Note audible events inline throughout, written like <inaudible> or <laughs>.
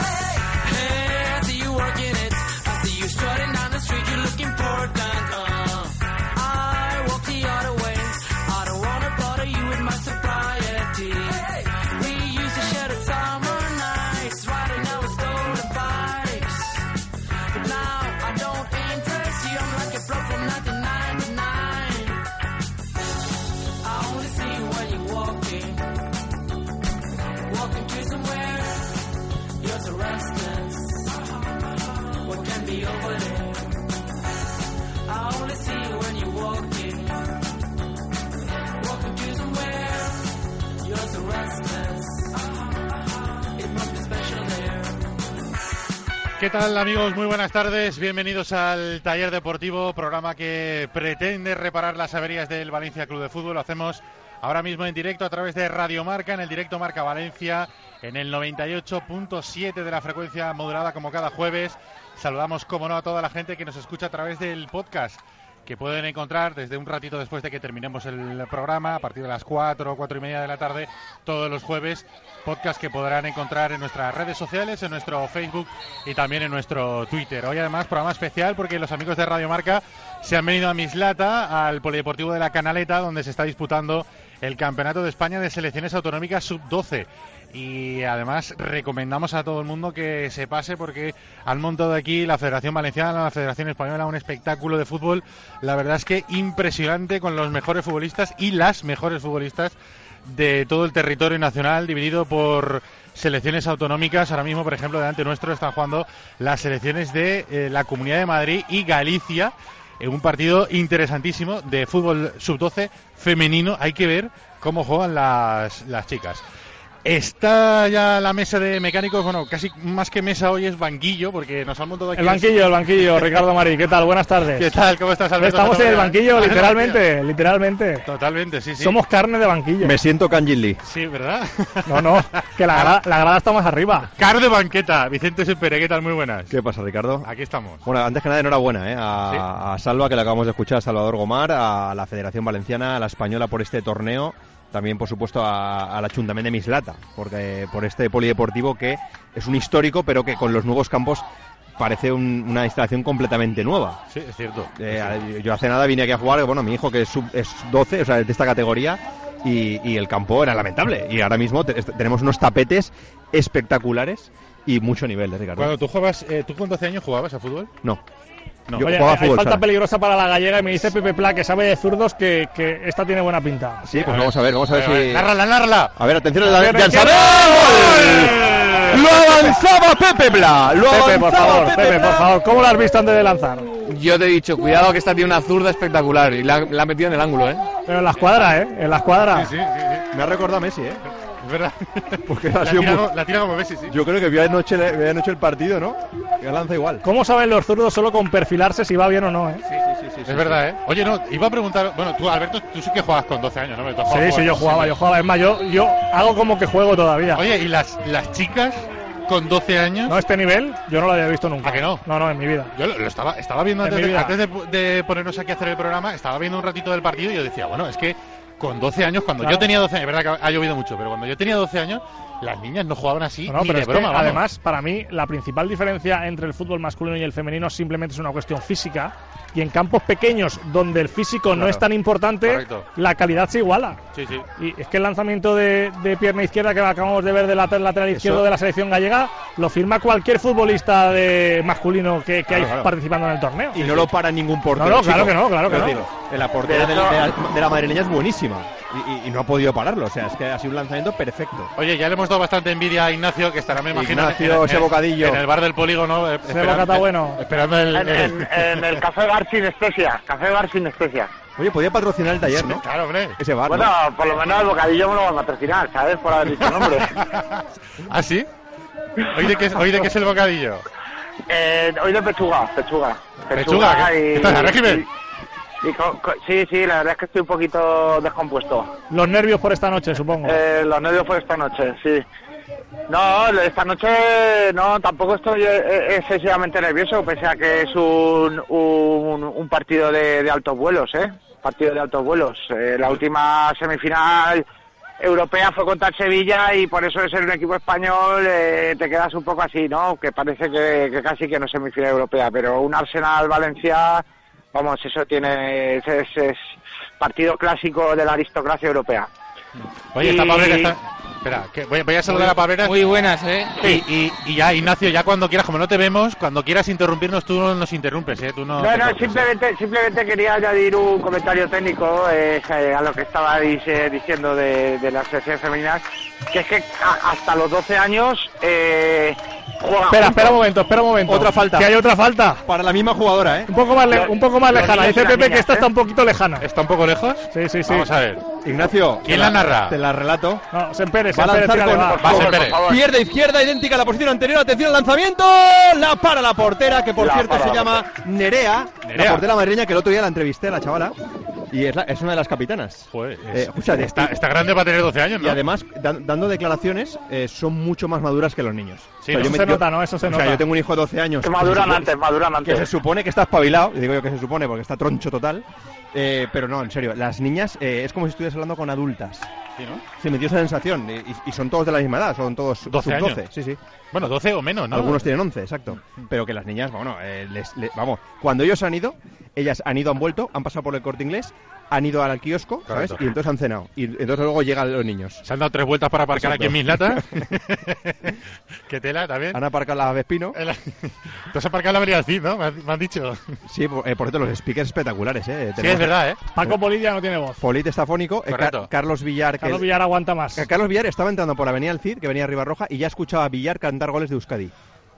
Hey, I see you working it. I see you strutting down the street. You're looking important. Uh, I walk the other way. I don't wanna bother you with my sobriety. We used to share the summer nights, riding our stolen bikes. But now I don't impress you. I'm like a bloke from 1999. I only see you when you're walking, walking to somewhere. You're so restless. What can be over there? I only see you when you walk in. Walking to somewhere. You're so restless. It must be special there. ¿Qué tal amigos? Muy buenas tardes. Bienvenidos al Taller Deportivo, programa que pretende reparar las averías del Valencia Club de Fútbol. Lo hacemos ahora mismo en directo a través de Radio Marca, en el directo Marca Valencia, en el 98.7 de la frecuencia modulada como cada jueves. Saludamos, como no, a toda la gente que nos escucha a través del podcast que pueden encontrar desde un ratito después de que terminemos el programa, a partir de las 4 o 4 y media de la tarde, todos los jueves, podcast que podrán encontrar en nuestras redes sociales, en nuestro Facebook y también en nuestro Twitter. Hoy además programa especial porque los amigos de Radio Marca se han venido a Mislata, al Polideportivo de la Canaleta, donde se está disputando el Campeonato de España de Selecciones Autonómicas Sub-12. Y además recomendamos a todo el mundo que se pase porque han montado aquí la Federación Valenciana, la Federación Española, un espectáculo de fútbol, la verdad es que impresionante con los mejores futbolistas y las mejores futbolistas de todo el territorio nacional, dividido por selecciones autonómicas. Ahora mismo, por ejemplo, delante nuestro están jugando las selecciones de eh, la Comunidad de Madrid y Galicia. En un partido interesantísimo de fútbol sub-12 femenino. Hay que ver cómo juegan las, las chicas. Está ya la mesa de mecánicos, bueno, casi más que mesa hoy es banquillo, porque nos han montado aquí... El banquillo, el banquillo, Ricardo Marín, ¿qué tal? Buenas ¿Qué tardes. tal? ¿Cómo estás, Alberto? Estamos en el banquillo, Ah, literalmente, literalmente. Totalmente, sí, sí. Somos carne de banquillo. Me siento Kanjin Lee. Sí, ¿verdad? <laughs> No, no, que la grada, la grada está más arriba. Caro de banqueta, Vicente Sempere, ¿qué tal? Muy buenas. ¿Qué pasa, Ricardo? Aquí estamos. Bueno, antes que nada, enhorabuena ¿eh? a, a Salva, que le acabamos de escuchar, a Salvador Gomar, a la Federación Valenciana, a la Española por este torneo. También, por supuesto, a- al Ayuntamiento de Mislata, porque, por este polideportivo que es un histórico, pero que con los nuevos campos parece un- una instalación completamente nueva. Sí, es cierto. Eh, a- yo hace nada vine aquí a jugar, bueno, mi hijo que es, sub- es 12, o sea, es de esta categoría, y, y el campo era lamentable. Y ahora mismo te- est- tenemos unos tapetes espectaculares y mucho nivel, ¿eh, Ricardo. Cuando tú jugabas, eh, ¿tú con 12 años jugabas a fútbol? No. No. Yo Oye, jugaba hay- hay fútbol falta sala. peligrosa para la gallega y me dice Pepe Pla, que sabe de zurdos, que, que esta tiene buena pinta. Sí, pues vamos a ver, vamos a ver A ver, si. Narrala, narrala. A ver, atención, el de Pepe, Ansabel. ¡Gol! Lo avanzaba Pepe Bla. Lo Pepe, por avanzaba favor, Pepe, Bla. por favor, ¿cómo la has visto antes de lanzar? Yo te he dicho, cuidado que esta tiene una zurda espectacular y la, la ha metido en el ángulo, ¿eh? Pero en la escuadra, ¿eh? En la escuadra. Sí, sí, sí, Me ha recordado a Messi, ¿eh? es verdad. Porque ha La sido tira, muy- como- la tira como Messi, sí. Yo creo que vio anoche, vio anoche el partido, ¿no? Que lanza igual. ¿Cómo saben los zurdos solo con perfilarse si va bien o no, eh? Es verdad, ¿eh? Oye, no, iba a preguntar... Bueno, tú, Alberto, tú sí que jugabas con 12 años, ¿no? Pero tú has Sí, jugado sí, yo con- jugaba, yo jugaba. Es más, yo, yo hago como que juego todavía. Oye, ¿y las, las chicas con 12 años? No, este nivel yo no lo había visto nunca. ¿A que no? No, no, en mi vida. Yo lo, lo estaba, estaba viendo En antes, mi de, vida. antes de- de ponernos aquí a hacer el programa, estaba viendo un ratito del partido y yo decía, bueno, es que con 12 años, cuando Claro. yo tenía 12 años, es verdad que ha llovido mucho, pero cuando yo tenía 12 años, las niñas no jugaban así, No, no, ni pero de es que, broma, vamos. además, para mí, la principal diferencia entre el fútbol masculino y el femenino simplemente es una cuestión física. Y en campos pequeños, donde el físico no Claro. es tan importante, Correcto. la calidad se iguala. Sí, sí. Y es que el lanzamiento de, de pierna izquierda que acabamos de ver del lateral, lateral izquierdo de la selección gallega lo firma cualquier futbolista de masculino que, que hay claro. participando en el torneo. Y no lo para ningún portero. No, no, claro chico. que no, claro que Es no. decir, la portera del- de, la, de la madrileña es buenísima. última. Y, y- y no ha podido pararlo. O sea, es que ha sido un lanzamiento perfecto. Oye, ya le hemos dado bastante envidia a Ignacio, que estará, me imagino, Ignacio, en, en- ese bocadillo. en el bar del polígono. eh, esperando- bocata bueno. Esperando el... En, eh, en- <laughs> en el Café Bar sin especia. Café Bar sin especia. Oye, podía patrocinar el taller, ¿no? Claro, hombre. Ese bar. Bueno, ¿no? por lo menos el bocadillo me lo van a patrocinar, ¿sabes? Por haber dicho <laughs> nombre. ¿Ah, sí? ¿Hoy de, qué, es- hoy de qué es el bocadillo? Eh, hoy de pechuga, pechuga. Pechuga, ¿qué- qué tal, a régimen? y- y co- co- sí, sí, la verdad es que estoy un poquito descompuesto. Los nervios por esta noche, supongo. Eh, los nervios fue esta noche, sí. No, lo- esta noche no, tampoco estoy eh, eh, excesivamente nervioso, pese a que es un, un, un partido de, de altos vuelos, ¿eh? Partido de altos vuelos. Eh, la última semifinal europea fue contra el Sevilla y por eso de ser un equipo español eh, te quedas un poco así, ¿no? Que parece que, que casi que no es semifinal europea, pero un Arsenal-Valencia, vamos, eso tiene... Es, es- es partido clásico de la aristocracia europea. Oye, está Y- Pablera. Está... Espera, que voy, voy a saludar a Pablera. Muy buenas, ¿eh? Y, y- y ya, Ignacio, ya cuando quieras, como no te vemos, cuando quieras interrumpirnos, tú no nos interrumpes, ¿eh? Tú No, no, te no, preocupes, simplemente, simplemente quería añadir un comentario técnico eh, eh, a lo que estabais eh, diciendo de, de la selección femenina, que es que a- hasta los 12 años eh, juegan espera, juntos. espera un momento, espera un momento. Otra falta. Que hay otra falta. Para la misma jugadora, ¿eh? Un poco más, le- un poco más Los lejana. niños Dice y las Pepe que niñas, esta ¿eh? está un poquito lejana. ¿eh? ¿Está un poco lejos? Sí, sí, sí. Vamos a ver. Ignacio. ¿Quién te la narra? Te la relato. No, se empere, se Va a empere, lanzar tírale, con- va. Va a ser Por Pérez. favor. Pierna izquierda idéntica a la posición anterior. Atención al lanzamiento. La para la portera, que por La cierto para se la llama Nerea, Nerea. La portera madrileña que el otro día la entrevisté a la chavala. Y es, la- es una de las capitanas. Joder, Eh, es- escucha, está, y- está grande para tener 12 años, Y ¿no? además, dan- dando declaraciones, eh, son mucho más maduras que los niños. Sí, Eso ¿no? me- se nota, ¿no? Eso se o nota. sea, yo tengo un hijo de 12 años. Que que maduran se supo- antes, maduran Que se antes. supone que está espabilado. Y digo yo que se supone porque está troncho total. eh, pero no, en serio, las niñas eh, es como si estuvieras hablando con adultas. Sí, ¿no? Se metió esa sensación. Y, y son todos de la misma edad, son todos 12 sub- años. 12, sí, sí. Bueno, 12 o menos, ¿no? Algunos tienen 11, exacto. Pero que las niñas, bueno, eh, les- le- vamos, cuando ellos han ido, ellas han ido, han vuelto, han pasado por el corte inglés, han ido al kiosco, ¿sabes? Correcto. Y entonces han cenado. Y entonces luego llegan los niños. Se han dado tres vueltas para aparcar aquí Exacto. en mis latas. <laughs> Qué tela también. Han aparcado la Vespino. El- <laughs> Tú has aparcado en la avenida del Cid, ¿no? Me han, me han dicho. Sí, por, eh, por cierto, los speakers espectaculares, ¿eh? Sí, es verdad, ¿eh? Paco Polilla no tiene voz. Polit estafónico, eh, Correcto. Ca- Carlos Villar. que- Carlos Villar aguanta más. que Carlos Villar estaba entrando por Avenida El Cid, que venía arriba roja, y ya escuchaba a Villar cantar goles de Euskadi. ¿eh?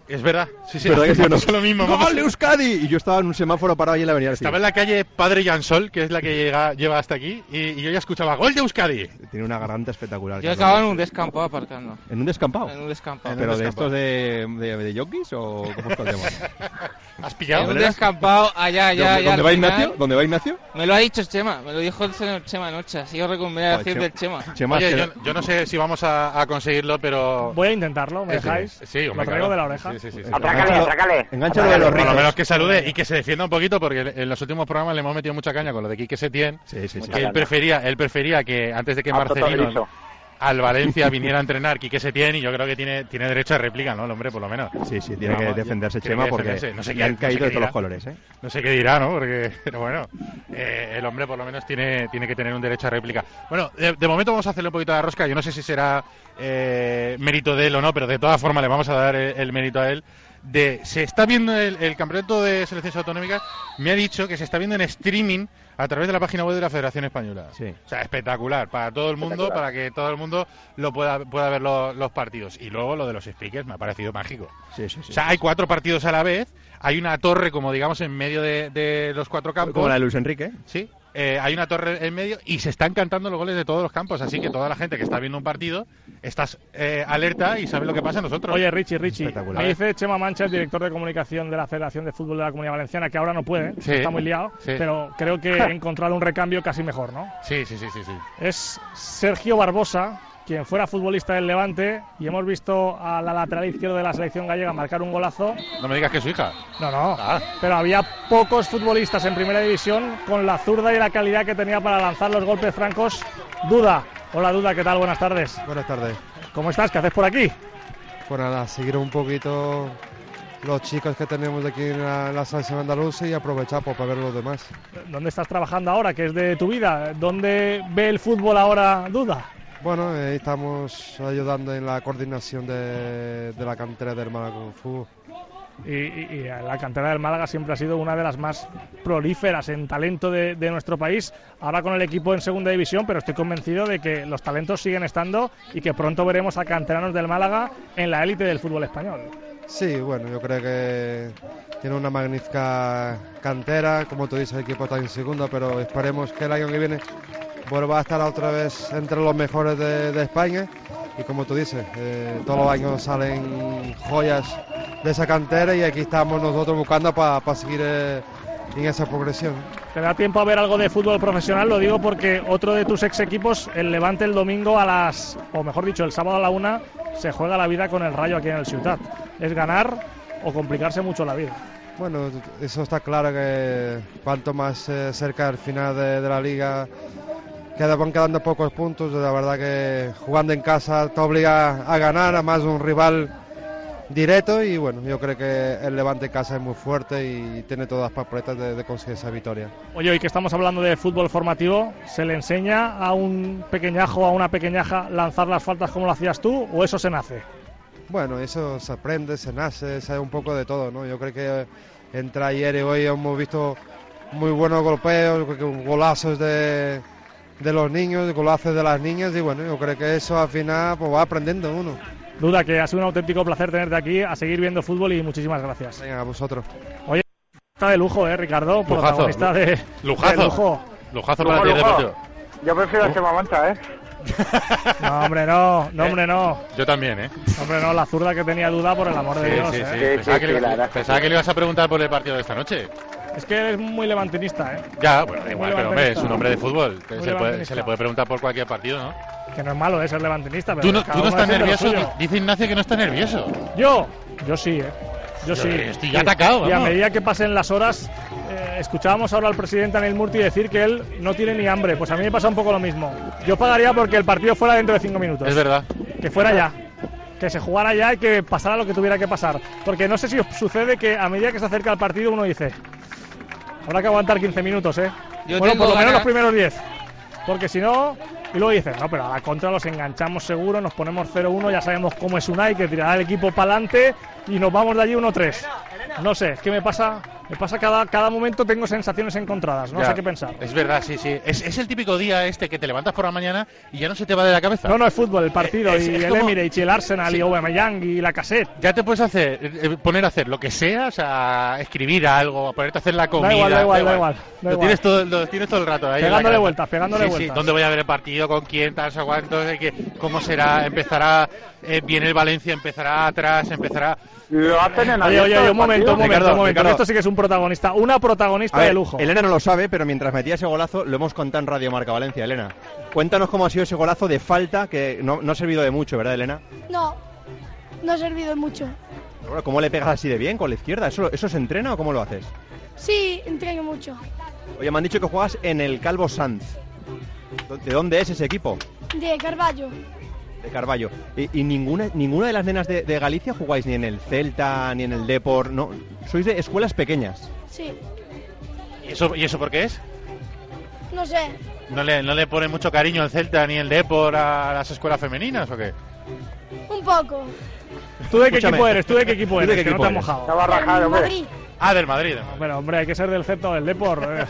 Es verdad. Sí, sí. ¿Verdad que sí o no? <laughs> Es lo mismo. vamos. ¡Gol de Euskadi! Y yo estaba en un semáforo parado ahí en la Avenida El Cid. Estaba en la calle Padre Jansol, que es la que llega, lleva hasta aquí, y, y yo ya escuchaba ¡Gol de Euskadi! Tiene una garganta espectacular. Yo Carlos acababa en Villar. un descampado aparcando. ¿En un descampado. En un descampado. ¿Pero de descampado. estos de, de, de jockeys o cómo está el tema? <laughs> ¿Has En pillado? un descampado ah, allá, allá, ¿Dónde, dónde allá. al va final. Ignacio? ¿Dónde va Ignacio? Me lo ha dicho el Chema, me lo dijo el señor Chema Noche, así os recomendaría Joder, decir del Chema. Chema, Oye, que- yo, yo no sé si vamos a, a conseguirlo, pero... Voy a intentarlo, ¿me Ese dejáis? es. Sí, Lo hombre, traigo claro. de la oreja. Sí, sí, sí, sí. Atrácale, atrácale. Engánchalo de los Por lo ricos. menos que salude y que se defienda un poquito, porque en los últimos programas le hemos metido mucha caña con lo de Quique Setién. Sí, sí, sí. Que él prefería, él prefería que antes de que A Toto Marcelino Berizzo. al Valencia viniera a entrenar Quique Setién, y yo creo que tiene, tiene derecho a réplica, ¿no? El hombre, por lo menos. Sí, sí, tiene Vamos, que defenderse tiene Chema que porque defenderse. No sé le qué- han no sé caído qué de todos dirá. los colores, ¿eh? No sé qué dirá, ¿no? Porque, pero bueno, eh, el hombre por lo menos tiene, tiene que tener un derecho a réplica. Bueno, de, de momento vamos a hacerle un poquito de rosca. Yo no sé si será eh, mérito de él o no, pero de todas formas le vamos a dar el, el mérito a él. De, se está viendo el, el campeonato de selecciones autonómicas, me ha dicho que se está viendo en streaming a través de la página web de la Federación Española. Sí. O sea, espectacular, para todo el mundo, para que todo el mundo lo pueda, pueda ver los- los partidos. Y luego lo de los speakers me ha parecido mágico. Sí, sí, sí. O sea, hay cuatro partidos a la vez, hay una torre, como digamos, en medio de, de los cuatro Como campos. la de Luis Enrique. Sí, eh, hay una torre en medio y se están cantando los goles de todos los campos. Así que toda la gente que está viendo un partido, estás eh, alerta y sabes lo que pasa a nosotros. Oye, Richie, Richie, Espectacular. me dice Chema Mancha, el director de comunicación de la Federación de Fútbol de la Comunidad Valenciana, que ahora no puede, ¿eh? Sí. está muy liado, Sí. pero creo que he encontrado un recambio casi mejor, ¿no? Sí, sí, sí, sí. sí. Es Sergio Barbosa, quien fuera futbolista del Levante, y hemos visto a la lateral izquierda de la selección gallega marcar un golazo. No me digas que es su hija. No, no, Ah. pero había pocos futbolistas en primera división con la zurda y la calidad que tenía para lanzar los golpes francos. Duda. Hola, Duda, ¿qué tal? Buenas tardes. Buenas tardes. ¿Cómo estás? ¿Qué haces por aquí? Pues nada, seguir un poquito los chicos que tenemos de aquí en la, la salsa andaluza y aprovechar pues, para ver los demás. ¿Dónde estás trabajando ahora? ¿Qué es de tu vida? ¿Dónde ve el fútbol ahora Duda? Bueno, eh, estamos ayudando en la coordinación de, de la cantera del Málaga Kung Fu. Y, y- y la cantera del Málaga siempre ha sido una de las más prolíferas en talento de, de nuestro país. Ahora con el equipo en segunda división, pero estoy convencido de que los talentos siguen estando y que pronto veremos a canteranos del Málaga en la élite del fútbol español. Sí, bueno, yo creo que tiene una magnífica cantera, como tú dices, el equipo está en segunda, pero esperemos que el año que viene vuelva a estar otra vez entre los mejores de, de España. Y como tú dices, eh, todos los años salen joyas de esa cantera y aquí estamos nosotros buscando para seguir eh, en esa progresión. ¿Te da tiempo a ver algo de fútbol profesional? Lo digo porque otro de tus ex equipos, el Levante, el domingo a las, o mejor dicho, el sábado a la una, se juega la vida con el Rayo aquí en el Ciudad. Es ganar o complicarse mucho la vida. Bueno, eso está claro que cuanto más eh, cerca del final de, de la liga queda, van quedando pocos puntos. La verdad que jugando en casa te obliga a ganar, además un rival directo y bueno, yo creo que el Levante en casa es muy fuerte y tiene todas las papeletas de, de conseguir esa victoria. Oye, hoy que estamos hablando de fútbol formativo, ¿se le enseña a un pequeñajo o a una pequeñaja lanzar las faltas como lo hacías tú o eso se nace? Bueno, eso se aprende, se nace, se hace un poco de todo, ¿no? Yo creo que eh, entre ayer y hoy hemos visto muy buenos golpeos, golazos de, de los niños, golazos de las niñas, y bueno, yo creo que eso al final pues, va aprendiendo uno. Duda que ha sido un auténtico placer tenerte aquí, a seguir viendo fútbol y muchísimas gracias. Venga, a vosotros. Oye, está de lujo, ¿eh, Ricardo? Lujazo, protagonista de, <laughs> lujazo. de lujo. Lujazo para el deportivo. Yo prefiero el Chemamancha, ¿eh? No, hombre, no, no, Eh. hombre, no. Yo también, ¿eh? Hombre, no, la zurda que tenía duda, por el amor de Dios. sí, ¿eh? sí. Pensaba, que, le, pensaba que le ibas a preguntar por el partido de esta noche. Es que eres muy levantinista, ¿eh? Ya, bueno, da Muy igual, pero hombre, es levantinista. un hombre de fútbol. Muy Se le, puede, se levantinista. le puede preguntar por cualquier partido, ¿no? Que no es malo, ¿eh? Ser levantinista, pero ¿Tú no, cada tú no uno estás defiende lo nervioso? suyo. Dice Ignacio que no está nervioso. Yo, yo sí, ¿eh? Yo sí. estoy ya atacado, Y a vamos. medida que pasen las horas, eh, escuchábamos ahora al presidente Anil Murti decir que él no tiene ni hambre. Pues a mí me pasa un poco lo mismo. Yo pagaría porque el partido fuera dentro de cinco minutos. Es verdad. Que fuera ya. Que se jugara ya y que pasara lo que tuviera que pasar. Porque no sé si os sucede que a medida que se acerca el partido uno dice, habrá que aguantar 15 minutos, ¿eh? Yo bueno, tengo por lo menos ganas- los primeros 10. Porque si no, y luego dices, no, pero a la contra los enganchamos seguro, nos ponemos 0-1, ya sabemos cómo es Unai, que tirará el equipo para adelante y nos vamos de allí 1-3. No sé, es que me pasa, me pasa cada, cada momento tengo sensaciones encontradas, no Ya. sé qué pensar. Es verdad, sí, sí. Es, es el típico día este que te levantas por la mañana y ya no se te va de la cabeza. No, no, es fútbol, el partido, Eh, es- y es el como- Emirates, y el Arsenal, Sí. y Aubameyang, y la cassette. Ya te puedes hacer, eh, poner a hacer lo que sea, o sea, escribir algo, a ponerte a hacer la comida. Da igual, da igual, da igual. da Lo igual. tienes, todo, lo tienes todo el rato ahí. en la Pegándole cabeza. vueltas, pegándole Sí, sí, vueltas. ¿Dónde voy a ver el partido? ¿Con quién? ¿Tal? ¿so ¿Cuánto? eh, qué- ¿Cómo será? ¿Empezará eh, bien el Valencia? ¿Empezará atrás? ¿Empezará...? Lo hacen en Oye, oye, oye, un momento, un momento, Ricardo, un momento. Ricardo. Esto sí que es un protagonista, una protagonista A ver, de lujo. Elena no lo sabe, pero mientras metía ese golazo lo hemos contado en Radio Marca Valencia, Elena. Cuéntanos cómo ha sido ese golazo de falta que no, no ha servido de mucho, ¿verdad, Elena? No, no ha servido mucho. Bueno, ¿Cómo le pegas así de bien con la izquierda? ¿Eso, ¿Eso se entrena o cómo lo haces? Sí, entreno mucho. Oye, me han dicho que juegas en el Calvo Sanz. ¿Dó- ¿De dónde es ese equipo? De Carballo. De Carballo. ¿Y, y ninguna, ninguna de las nenas de, de Galicia jugáis ni en el Celta, ni en el Depor? No, sois de escuelas pequeñas. Sí, ¿Y eso, ¿Y eso por qué es? no sé. ¿No le, no le pone mucho cariño el Celta ni el Depor a las escuelas femeninas o qué? Un poco. ¿Tú de qué Escúchame. equipo eres? ¿Tú de qué equipo ¿Tú de eres? qué que equipo no te has eres? mojado. Madrid. Ah, del Madrid. Bueno, hombre, hay que ser del Celta o del Depor, eh,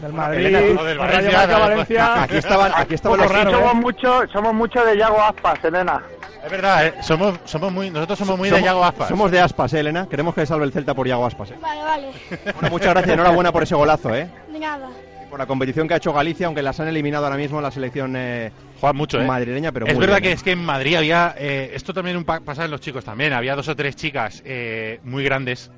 del Madrid, Elena, del o del Rayo Valencia, Vallecano, del- Valencia. Aquí estaban- aquí estaban Poco los- raro, somos ¿eh? mucho, somos mucho de Yago Aspas, Elena. Es verdad, eh, somos, somos muy, nosotros somos muy Somos- de Yago Aspas. Somos de Aspas, ¿eh, Elena. Queremos que salve el Celta por Iago Aspas. ¿eh? Vale, vale. Bueno, muchas gracias, enhorabuena por ese golazo, ¿eh? De nada. Por la competición que ha hecho Galicia, aunque las han eliminado ahora mismo en la selección eh, Juegan mucho, ¿eh? madrileña, pero es muy verdad bien, que ¿eh? es que en Madrid había eh, esto también un pa- pasa en los chicos también había dos o tres chicas eh, muy grandes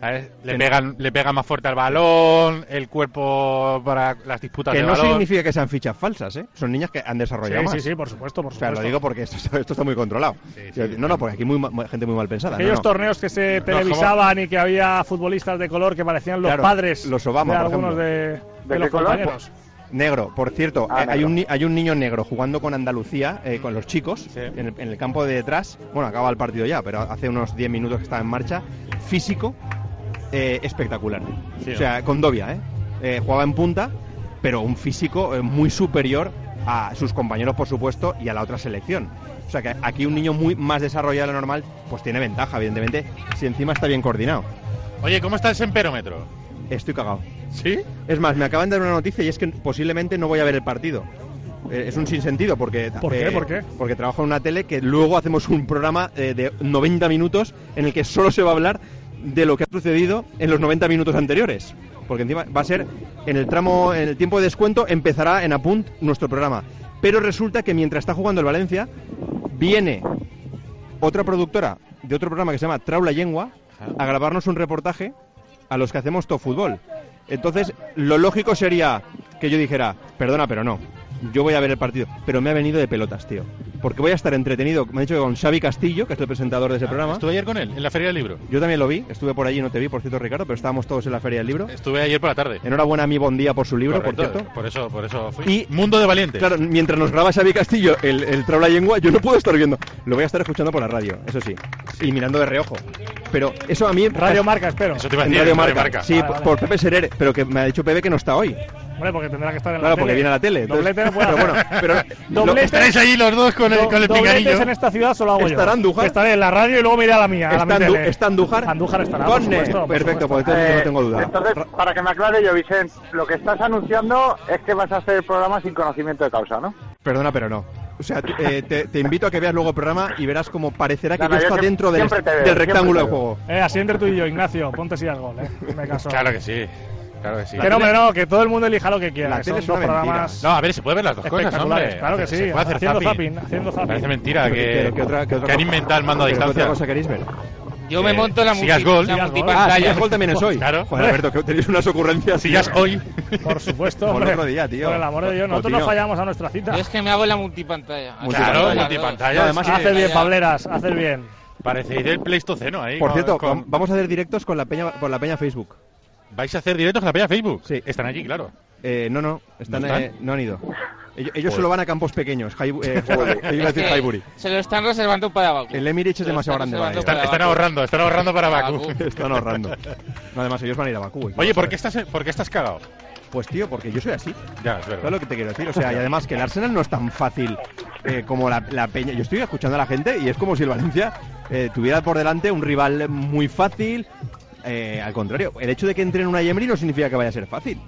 ¿sabes? le Que- pegan le pegan más fuerte al balón el cuerpo para las disputas Que de no balón. significa que sean fichas falsas, ¿eh? Son niñas que han desarrollado Sí, más. sí, sí, por supuesto, por O sea, supuesto. lo digo porque esto, esto está muy controlado. sí. no, no, porque aquí muy ma- gente muy mal pensada. no, Aquellos no. torneos que se televisaban y que había futbolistas de color que parecían los Claro, padres los Obama, de por algunos ejemplo. de, de los compañeros. Pues Negro, por cierto, Ah, eh, hay, negro. un, ni- hay un niño negro jugando con Andalucía, Mm. eh, con los chicos, en, el, en el campo de detrás. Bueno, acaba el partido ya, pero hace unos 10 minutos que estaba en marcha. Físico, eh, espectacular. Sí, o sea, ¿no? con Dobia, ¿eh? Eh, Jugaba en punta, pero un físico eh, muy superior a sus compañeros, por supuesto, y a la otra selección. O sea que aquí un niño muy más desarrollado de lo normal, pues tiene ventaja, evidentemente, si encima está bien coordinado. Oye, ¿cómo está el semperómetro? Estoy cagado. ¿Sí? Es más, me acaban de dar una noticia y es que posiblemente no voy a ver el partido. Eh, Es un sinsentido porque... ¿Por qué? ¿Por qué? Porque trabajo en una tele que luego hacemos un programa eh, de 90 minutos en el que solo se va a hablar de lo que ha sucedido en los 90 minutos anteriores. Porque encima va a ser en el tramo, en el tiempo de descuento, empezará en Apunt nuestro programa. Pero resulta que mientras está jugando el Valencia, viene otra productora de otro programa que se llama Traula Yengua a grabarnos un reportaje a los que hacemos Top Fútbol. Entonces, lo lógico sería que yo dijera, perdona, pero no, yo voy a ver el partido. Pero me ha venido de pelotas, tío. Porque voy a estar entretenido, me han dicho que con Xavi Castillo, que es el presentador de ese programa. Ah, Estuve ayer con él, en la Feria del Libro. Yo también lo vi, estuve por allí, no te vi, por cierto, Ricardo, pero estábamos todos en la Feria del Libro. Estuve ayer por la tarde. Enhorabuena a mi Bon Día por su libro, por Correcto, cierto. Por eso, por eso fui. Y Mundo de Valientes. Claro, mientras nos graba Xavi Castillo el, el Trabla Lengua, yo no puedo estar viendo. Lo voy a estar escuchando por la radio, eso sí. Y mirando de reojo. Pero eso a mí... Radio Marca, espero. Eso te iba a En decir, Radio en Radio Marca. Marca. Sí, Vale, por- vale. por Pepe Serer, pero que me ha dicho Pepe que no está hoy. Hombre, porque tendrá que estar en Claro, la porque tele. viene a la tele, entonces- Doblete no puede pero hacer. bueno, pero- Doblete- Estaréis ahí los dos con el- con el dobletes pinganillo. en esta ciudad solo hago yo. ¿Estará Andújar? Estaré en la radio y luego me iré a la mía. a la ¿Está mi Andu- tele. está Andújar? Andújar estará, por Conne. supuesto, por Perfecto, pues supuesto. Eh, entonces no tengo duda. Eh, Entonces, para que me aclare yo, Vicente, lo que estás anunciando es que vas a hacer el programa sin conocimiento de causa, ¿no? Perdona, pero no. O sea, t- eh, te, te invito a que veas luego el programa y verás como parecerá que No, no, yo yo está siempre- dentro del, siempre te veo, del siempre rectángulo te de veo. juego. Eh, así entre tú y yo, Ignacio, ponte si al gol, eh. Me caso. Claro que sí. Claro que sí. Que no, hombre, no, que todo el mundo elija lo que quiera. que son dos programas No, a ver, se puede ver las dos cosas, espectaculares, hombre. Claro que sí, Se puede hacer haciendo zapping. zapping, haciendo zapping. Parece mentira que, Pero que otra- que otra Eh, que han cosa- inventado el mando a pero que distancia. otra cosa queréis ver. Yo me monto la Sigas multi- gol. la Sigas gol. multipantalla. Ah, eh, Sigas Gol también es hoy. Claro. Joder, Alberto, que tenéis unas ocurrencias. Sigas hoy. Por supuesto, Como el hombre. otro día, tío. Por el amor de Dios, nosotros Coutinho. no fallamos a nuestra cita. Yo es que me hago la multipantalla. <laughs> Multipantalla. multipantalla. No, además- eh, haces bien, Pableras, haces bien. Parecéis del Pleistoceno ahí. Por con- cierto, con- vam- vamos a hacer directos con la peña, con la peña Facebook. ¿vais a hacer directos en la página Facebook? Sí. Están allí, claro. Eh, no, no, están, ¿No ¿No, están? no han ido. Ellos, ellos Joder. solo van a campos pequeños. Highbu- <laughs> eh, yo iba a Es decir que Highbury. Se lo están reservando para Bakú. El Emirates es demasiado grande para ellos. Están- para están Bakú. ahorrando, están ahorrando para Bakú. están ahorrando. No, además, ellos van a ir a Bakú. <laughs> Oye, ¿por qué, estás, ¿por qué estás cagado? Pues tío, porque yo soy así. Ya, es verdad. ¿Sabes lo que te quiero decir? O sea, y además que el Arsenal no es tan fácil eh, como la, la peña. Yo estoy escuchando a la gente y es como si el Valencia eh, tuviera por delante un rival muy fácil. Eh, al contrario, el hecho de que entre en una Emery no significa que vaya a ser fácil.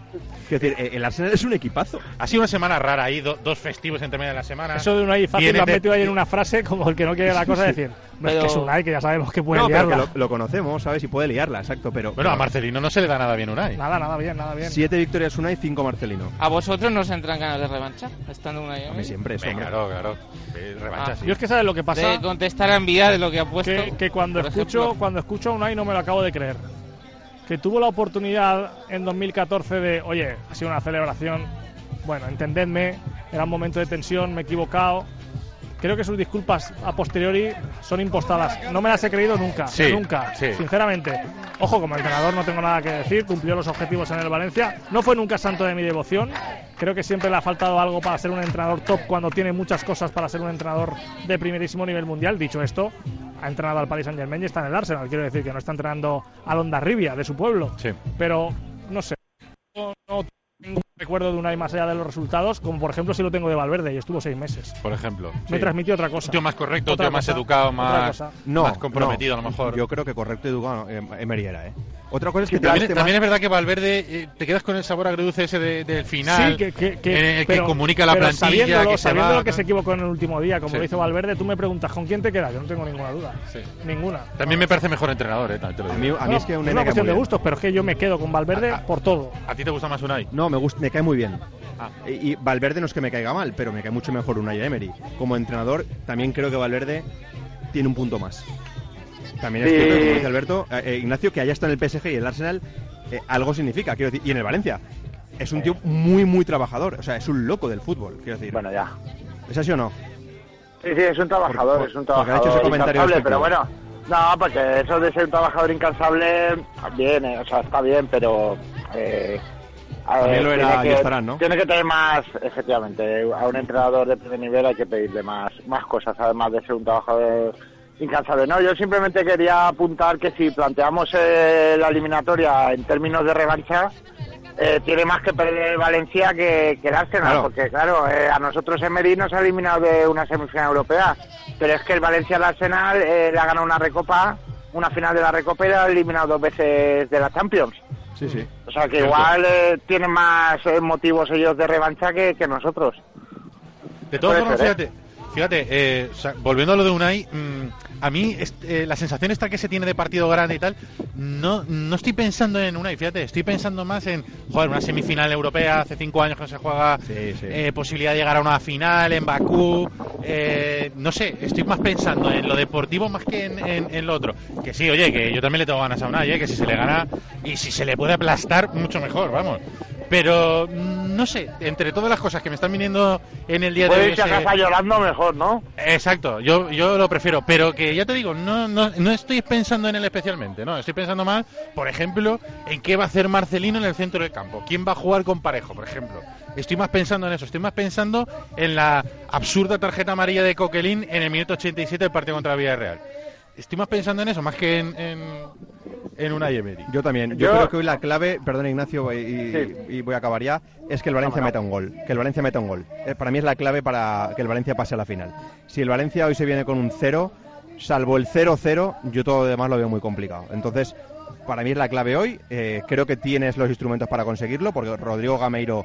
Es decir, eh, el Arsenal es un equipazo. Ha sido una semana rara ahí, do- dos festivos entre medio de la semana. Eso de Unai fácil Ah. Viene lo has de- metido ahí en una frase como el que no quiere la cosa decir. No es que es Pero- Unai, que ya sabemos que puede no, pero que liarla. lo, lo conocemos, ¿sabes? Y puede liarla, exacto. Pero, Bueno, a Marcelino no se le da nada bien Unai. Nada, nada bien, nada bien. Siete victorias Unai, cinco Marcelino. ¿A vosotros no os entran ganas de revancha? Estando una llave. siempre eso. Venga, claro, claro. Eh, Revancha, Ah. sí. Yo es que sabes lo que pasa. De contestar a envidia de lo que ha puesto. Que, que cuando Por escucho ejemplo. cuando escucho a Unai no me lo acabo de creer. Que tuvo la oportunidad en 2014 de, oye, ha sido una celebración, bueno, entendedme, era un momento de tensión, me he equivocado. Creo que sus disculpas a posteriori son impostadas. No me las he creído nunca, Sí, nunca, sí. sinceramente. Ojo, como entrenador no tengo nada que decir, cumplió los objetivos en el Valencia. No fue nunca santo de mi devoción. Creo que siempre le ha faltado algo para ser un entrenador top cuando tiene muchas cosas para ser un entrenador de primerísimo nivel mundial. Dicho esto, ha entrenado al Paris Saint Germain y está en el Arsenal. Quiero decir que no está entrenando al Ondarribia de su pueblo. Sí. Pero, no sé, no, no tengo recuerdo de Unai más allá de los resultados, como por ejemplo si lo tengo de Valverde y estuvo seis meses. Por ejemplo. Me sí. transmitió otra cosa. Un tío más correcto, un Otra tío más cosa, educado, otra más, cosa. No, más comprometido no. a lo mejor. Yo creo que correcto educado no, Emery era, ¿eh? Otra cosa es que te También, laste también más- es verdad que Valverde eh, te quedas con el sabor agridulce ese de- del final, Sí, que, que- que- en el que pero- comunica la pero plantilla, Sabiéndolo, que se sabiendo va, lo que se equivocó en el último día, como Sí. lo hizo Valverde, tú me preguntas, ¿con quién te quedas? Yo no tengo ninguna duda. Ninguna. También me parece mejor entrenador, eh, también te lo digo. a mí No, es que un una nene que cuestión de muy bien. gustos, pero es que yo me quedo con Ah, Valverde por todo. ¿A ti te gusta más Unai? No, me, gusta, me cae muy bien. Ah. Y, y Valverde no es que me caiga mal, pero me cae mucho mejor Unai Emery. Como entrenador, también creo que Valverde tiene un punto más. También es Sí. cierto, como dice Alberto, eh, eh, Ignacio, que allá está en el PSG y el Arsenal, eh, algo significa, quiero decir, y en el Valencia. Es un tío muy, muy trabajador, o sea, es un loco del fútbol, quiero decir. Bueno, ya. ¿Es así o no? Sí, sí, es un trabajador, Por- es un por- porque ha hecho trabajador ese comentario incansable, despectivo. pero bueno, no, porque eso de ser un trabajador incansable, bien, eh, o sea, está bien, pero... Eh, a ver, También lo era tiene que- y estarán, ¿no? Tiene que tener más, efectivamente, a un entrenador de primer nivel hay que pedirle más, más cosas, además de ser un trabajador incansable. No, yo simplemente quería apuntar que si planteamos eh, la eliminatoria en términos de revancha, eh, tiene más que perder Valencia que, que el Arsenal, Claro. porque claro, eh, a nosotros Emery nos ha eliminado de una semifinal europea, pero es que el Valencia al Arsenal eh, le ha ganado una recopa, una final de la recopa y le ha eliminado dos veces de la Champions. Sí, sí. O sea que igual eh, tienen más eh, motivos ellos de revancha que, que nosotros. De todas Puede formas, ser, fíjate, fíjate eh, o sea, volviendo a lo de Unai, mm, a mí est- eh, la sensación esta que se tiene de partido grande y tal, no, no estoy pensando en Unai, fíjate, estoy pensando más en, joder, una semifinal europea, hace cinco años que no se juega, eh, posibilidad de llegar a una final en Bakú, eh, no sé, estoy más pensando en lo deportivo más que en, en- en lo otro. Que sí, oye, que yo también le tengo ganas a Unai, eh, que si se le gana y si se le puede aplastar, mucho mejor, vamos. Pero mm, no sé, entre todas las cosas que me están viniendo en el día de Puede hoy. irse a ese- casa llorando mejor, ¿no? Exacto, yo, yo lo prefiero, pero que ya te digo, no, no, no estoy pensando en él especialmente, no, estoy pensando más, por ejemplo, en qué va a hacer Marcelino en el centro del campo, quién va a jugar con parejo, por ejemplo. Estoy más pensando en eso, estoy más pensando en la absurda tarjeta amarilla de Coquelin en el minuto 87 del partido contra Villarreal. Estoy más pensando en eso, más que en, en, en una Emery. Yo también. Yo, Yo- creo que hoy la clave, perdón Ignacio, y, y- Sí. y voy a acabar ya, es que el Valencia meta un gol. Que el Valencia meta un gol. Eh, Para mí es la clave para que el Valencia pase a la final. Si el Valencia hoy se viene con un 0, salvo el 0-0, yo todo lo demás lo veo muy complicado. Entonces, para mí es la clave hoy. eh, creo que tienes los instrumentos para conseguirlo, porque Rodrigo Gameiro,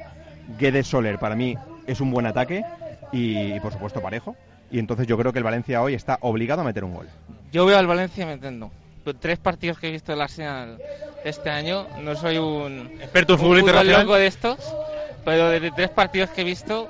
Guedes Soler, para mí es un buen ataque y, por supuesto, parejo. Y entonces yo creo que el Valencia hoy está obligado a meter un gol. Yo veo al Valencia metiendo. Con tres partidos que he visto del Arsenal este año, no soy un experto en fútbol internacional. loco de estos, pero de tres partidos que he visto,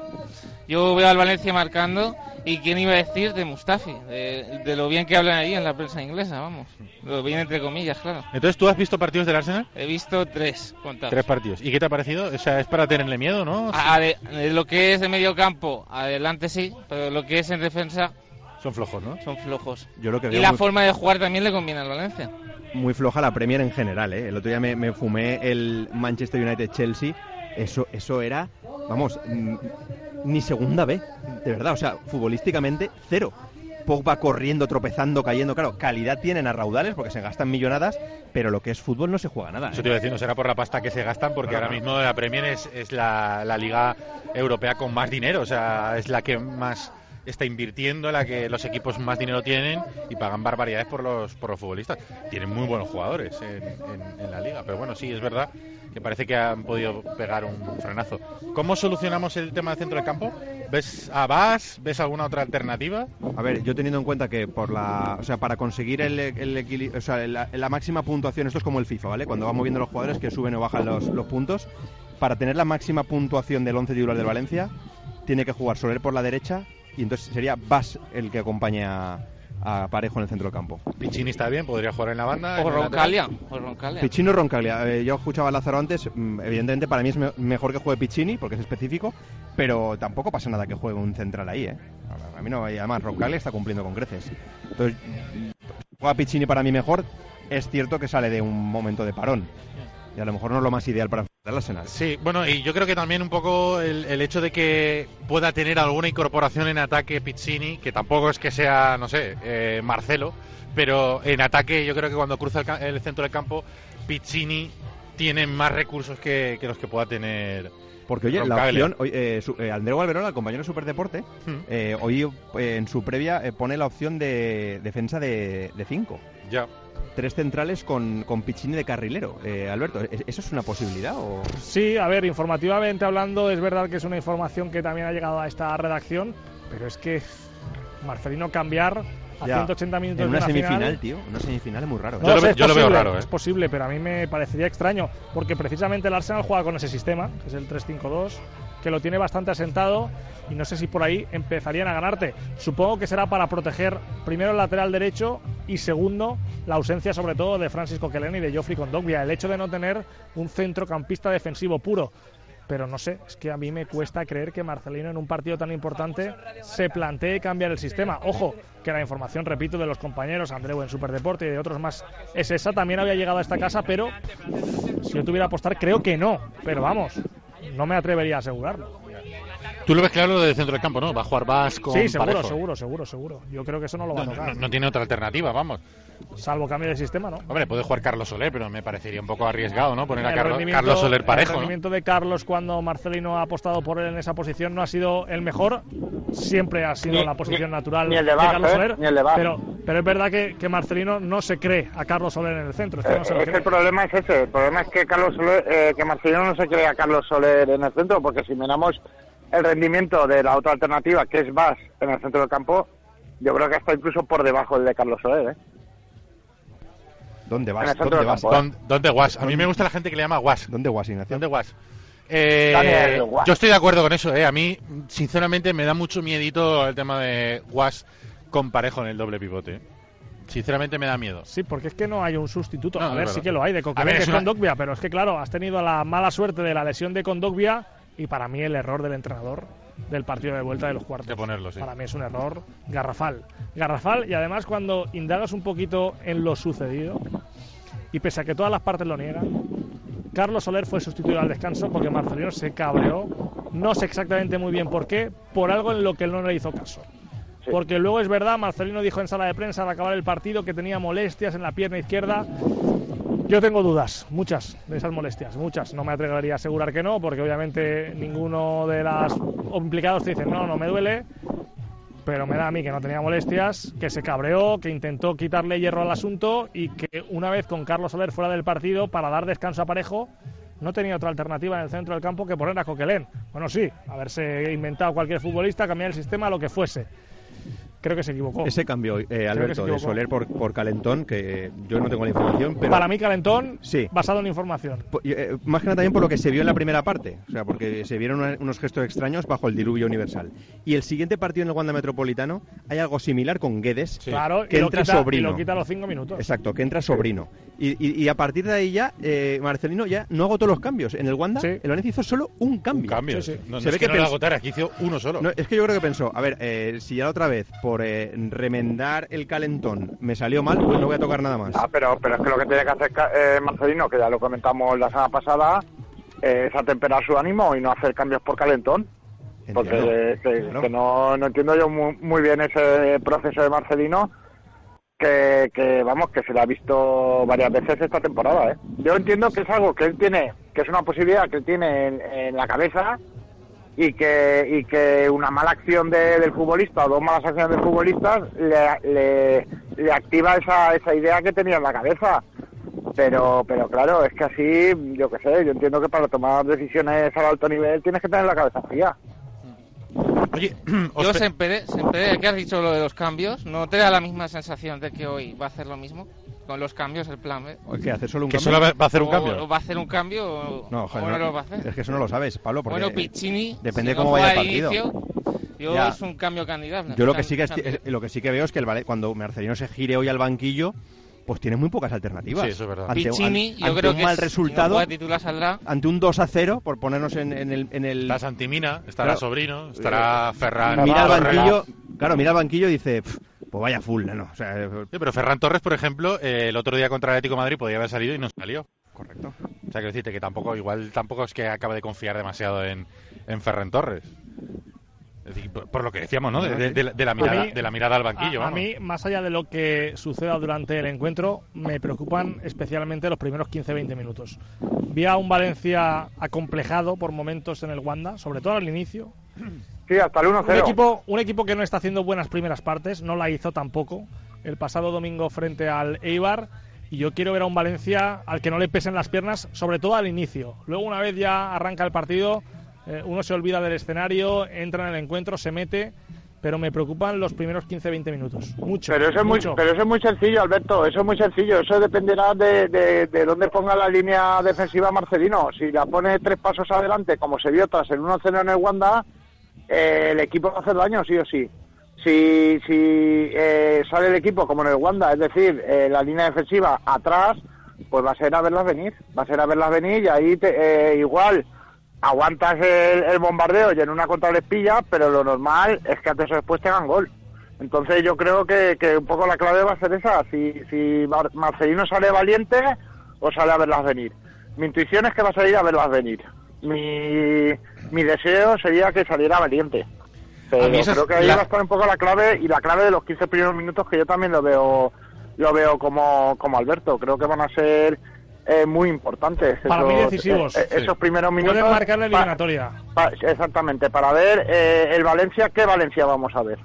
yo veo al Valencia marcando. ¿Y quién iba a decir de Mustafi? De, de lo bien que hablan ahí en la prensa inglesa, vamos. Lo bien entre comillas, claro. Entonces, ¿tú has visto partidos del Arsenal? He visto tres contados. Tres partidos. ¿Y qué te ha parecido? O sea, es para tenerle miedo, ¿no? A- ade- de lo que es de medio campo, adelante sí, pero lo que es en defensa Son flojos, ¿no? son flojos. Yo lo que Y veo la muy- forma de jugar también le conviene al Valencia. muy floja la Premier en general, ¿eh? El otro día me, me fumé el Manchester United-Chelsea. Eso, eso era, vamos, mm, ni segunda B, de verdad. O sea, futbolísticamente, cero. Pogba corriendo, tropezando, cayendo. Claro, calidad tienen a raudales porque se gastan millonadas, pero lo que es fútbol no se juega nada. Eso ¿eh? te iba a decir, no será por la pasta que se gastan, porque Claro, ahora claro. mismo la Premier es, es la, la liga europea con más dinero, o sea, es la que más está invirtiendo, la que los equipos más dinero tienen y pagan barbaridades por los, por los futbolistas. Tienen muy buenos jugadores en, en- en la liga, pero bueno, sí, es verdad que parece que han podido pegar un frenazo. ¿Cómo solucionamos el tema del centro del campo? ¿Ves a Bas? ¿Ves alguna otra alternativa? A ver, yo teniendo en cuenta que por la, o sea, para conseguir el, el equili- o sea, la, la máxima puntuación, esto es como el FIFA, ¿vale? Cuando va moviendo los jugadores que suben o bajan los, los puntos, para tener la máxima puntuación del 11 titular del Valencia, tiene que jugar Soler por la derecha y entonces sería Bas el que acompaña a Parejo en el centro del campo. Pichini está bien, podría jugar en la banda. O en el Roncalia, lateral. o Roncalia. Pichino Roncaglia, eh, yo escuchaba a Lázaro antes, mm, evidentemente para mí es me- mejor que juegue Pichini porque es específico, pero tampoco pasa nada que juegue un central ahí, ¿eh? A- A mí no, y además Roncaglia está cumpliendo con creces. Entonces, mm, juega Pichini para mí mejor, es cierto que sale de un momento de parón. Y a lo mejor no es lo más ideal para enfrentar al Arsenal. Sí, bueno, y yo creo que también un poco el, el hecho de que pueda tener alguna incorporación en ataque Pizzini, que tampoco es que sea, no sé, eh, Marcelo, pero en ataque yo creo que cuando cruza el, ca- el centro del campo, Pizzini tiene más recursos que, que los que pueda tener. Porque oye, la Roncaglia. opción, oye, eh, su- eh, Andreu Alberola, el compañero de Superdeporte, Hmm. eh, hoy eh, en su previa eh, pone la opción de defensa de 5. Ya. Tres centrales con, con Pichini de carrilero. Eh, Alberto, ¿e- ¿eso es una posibilidad? O... Sí, a ver, informativamente hablando, es verdad que es una información que también ha llegado a esta redacción, pero es que Marcelino cambiar a Ya. 180 minutos En una, de una semifinal, final, tío. Una semifinal es muy raro. ¿eh? No, o sea, es posible, Es posible, pero a mí me parecería extraño, porque precisamente el Arsenal juega con ese sistema, que es el 3-5-2, que lo tiene bastante asentado y no sé si por ahí empezarían a ganarte. Supongo que será para proteger primero el lateral derecho y segundo la ausencia sobre todo de Francisco Kelen y de Geoffrey Condogbia, el hecho de no tener un centrocampista defensivo puro. Pero no sé, es que a mí me cuesta creer que Marcelino en un partido tan importante se plantee cambiar el sistema. Ojo, que la información, repito, de los compañeros Andreu en Superdeporte y de otros más es esa, también había llegado a esta casa, pero si yo tuviera que apostar, creo que no. Pero vamos, no me atrevería a asegurarlo. Tú lo ves claro lo del centro del campo, ¿no? Va a jugar Vasco. sí, seguro, seguro, seguro, seguro. Yo creo que eso no lo va a tocar. No, no tiene otra alternativa, vamos. Salvo cambio de sistema, ¿no? Hombre, puede jugar Carlos Soler, pero me parecería un poco arriesgado, ¿no? Poner a El Carlo- rendimiento- Carlos Soler El parejo. ¿no? rendimiento de Carlos cuando Marcelino ha apostado por él en esa posición no ha sido el mejor. Siempre ha sido Ni- la posición ni- natural ni el de Bach, Carlos ¿eh? Soler. Ni el de Bach. pero, pero es verdad que, que Marcelino no se cree a Carlos Soler en el centro. es que no se lo Eh, es que cree. el problema es ese. El problema es que Carlos Soler- eh, que Marcelino no se cree a Carlos Soler en el centro, porque si miramos el rendimiento de la otra alternativa, que es Vaz en el centro del campo, yo creo que está incluso por debajo del de Carlos Soler. ¿eh? ¿Dónde En vas? el centro ¿Dónde del vas? campo, ¿eh? ¿Dónde- ¿Dónde guas? A mí me gusta la gente que le llama guas. ¿Dónde guas, Ignacio? ¿Dónde guas? Eh, Daniel Guas. yo estoy de acuerdo con eso, ¿eh? A mí, sinceramente, me da mucho miedito el tema de guas con parejo en el doble pivote. eh. Sinceramente, me da miedo. Sí, porque es que no hay un sustituto. No, a es ver, verdad. sí que lo hay de A Coquelin, ver, que es es una- Kondogbia, pero es que claro, has tenido la mala suerte de la lesión de Kondogbia y para mí el error del entrenador del partido de vuelta de los cuartos. De ponerlo, sí. Para mí es un error garrafal. Garrafal y además cuando indagas un poquito en lo sucedido y pese a que todas las partes lo niegan, Carlos Soler fue sustituido al descanso porque Marcelino se cabreó, no sé exactamente muy bien por qué, por algo en lo que él no le hizo caso. Porque luego es verdad, Marcelino dijo en sala de prensa al acabar el partido que tenía molestias en la pierna izquierda. Yo tengo dudas, muchas de esas molestias, muchas. No me atrevería a asegurar que no, porque obviamente ninguno de los implicados te dice, no, no me duele, pero me da a mí que no tenía molestias, que se cabreó, que intentó quitarle hierro al asunto y que una vez con Carlos Soler fuera del partido para dar descanso a Parejo, no tenía otra alternativa en el centro del campo que poner a Coquelén. Bueno, sí, haberse inventado cualquier futbolista, cambiar el sistema, lo que fuese. Creo que se equivocó. Ese cambio, eh, Alberto, de equivocó. Soler por, por Calentón, que eh, yo no tengo la información, pero... Para mí, Calentón, Sí. basado en información. Po- y, eh, Más que nada también por lo que se vio en la primera parte, o sea, porque se vieron una- unos gestos extraños bajo el diluvio universal. Y el siguiente partido en el Wanda Metropolitano hay algo similar con Guedes, Claro, que y, lo entra quita, y sobrino. lo quita a los cinco minutos. Exacto, que entra sobrino. Y, y- y a partir de ahí ya, eh, Marcelino ya no agotó los cambios. En el Wanda, el Valencia hizo solo un cambio. Cambio. Sí, sí. No, no Se es ve que, no lo pens- agotara, que hizo uno solo. no, es que yo creo que pensó, a ver, eh, si ya la otra vez por eh, remendar el calentón me salió mal, pues no voy a tocar nada más. Ah, pero, pero es que lo que tiene que hacer Ca- eh, Marcelino, que ya lo comentamos la semana pasada, eh, es atemperar su ánimo y no hacer cambios por calentón. Porque eh, que, que no, no entiendo yo mu- muy, bien ese proceso de Marcelino, que, que, vamos, que se lo ha visto varias veces esta temporada. ¿eh? Yo entiendo que es algo que él tiene, que es una posibilidad que él tiene en, en la cabeza y que, y que una mala acción de- del futbolista o dos malas acciones del futbolista le, le, le activa esa, esa idea que tenía en la cabeza. Pero, pero claro, es que así, yo qué sé, yo entiendo que para tomar decisiones al alto nivel tienes que tener la cabeza fría. Oye, Yo, Sempere, Sempere, que has dicho lo de los cambios, ¿no te da la misma sensación de que hoy va a hacer lo mismo? Con los cambios, el plan B. ¿Qué? ¿Hacer solo un Que cambio? solo va- va a hacer O- o va a hacer un cambio o No, joder, o no no. lo va a hacer? Es que eso no lo sabes, Pablo, porque Bueno, Piccini, depende si no cómo vaya el juega partido. de inicio, yo Ya. es un cambio candidato. Yo lo Can- que sí que, es- eh, cambio. es- lo que sí que veo es que el Vale- cuando Marcelino se gire hoy al banquillo, pues tiene muy pocas alternativas. Sí, eso es verdad. Ante, Piccini, an- yo ante creo un que mal si no resultado, juega de titular saldrá. ante un 2 a 0, por ponernos en, en el, en el- Está Santimina, estará Claro. Sobrino, estará Ferran. Mira al Torres. banquillo, claro, mira al banquillo y dice, "Pf, pues vaya full, ¿no? O sea, eh, Sí, pero Ferran Torres, por ejemplo, eh, el otro día contra el Atlético de Madrid podía haber salido y no salió. Correcto. O sea, que decirte que tampoco, igual tampoco es que acabe de confiar demasiado en, en Ferran Torres. Es decir, por, por lo que decíamos, ¿no? De, de- de la- de la, A mirada, mí- de la mirada al banquillo. A, a vamos. mí, más allá de lo que suceda durante el encuentro, me preocupan especialmente los primeros 15-20 minutos. Vi a un Valencia acomplejado por momentos en el Wanda, sobre todo al inicio. Sí, hasta el Un 1-0. equipo, un equipo que no está haciendo buenas primeras partes, no la hizo tampoco el pasado domingo frente al Eibar. Y yo quiero ver a un Valencia al que no le pesen las piernas, sobre todo al inicio. Luego, una vez ya arranca el partido, eh, uno se olvida del escenario, entra en el encuentro, se mete, pero me preocupan los primeros 15-20 minutos. Mucho. Pero eso, es muy, mucho. pero eso es muy sencillo, Alberto. Eso es muy sencillo. Eso dependerá de, de, de dónde ponga la línea defensiva Marcelino. Si la pone tres pasos adelante, como se vio tras el 1-0 en el Wanda, eh, el equipo va a hacer daño, sí o sí. Si, si eh, sale el equipo como en el Wanda, es decir, eh, la línea defensiva atrás, pues va a ser a verlas venir. Va a ser a verlas venir y ahí te- eh, igual aguantas el, el bombardeo y en una contra les pilla, pero lo normal es que antes o después te hagan gol. Entonces yo creo que, que un poco la clave va a ser esa, si, si Mar- Marcelino sale valiente o sale a verlas venir. Mi intuición es que va a salir a verlas venir. Mi, mi deseo sería que saliera valiente. Pero A mí eso es creo que ahí la- va a estar un poco la clave y la clave de los 15 primeros minutos que yo también lo veo lo veo como, como Alberto. Creo que van a ser eh, muy importantes. Para mí esos- decisivos. eh, eh, esos primeros minutos. Pueden marcar la pa- eliminatoria. pa- exactamente, para ver eh, el Valencia, ¿qué Valencia vamos a ver?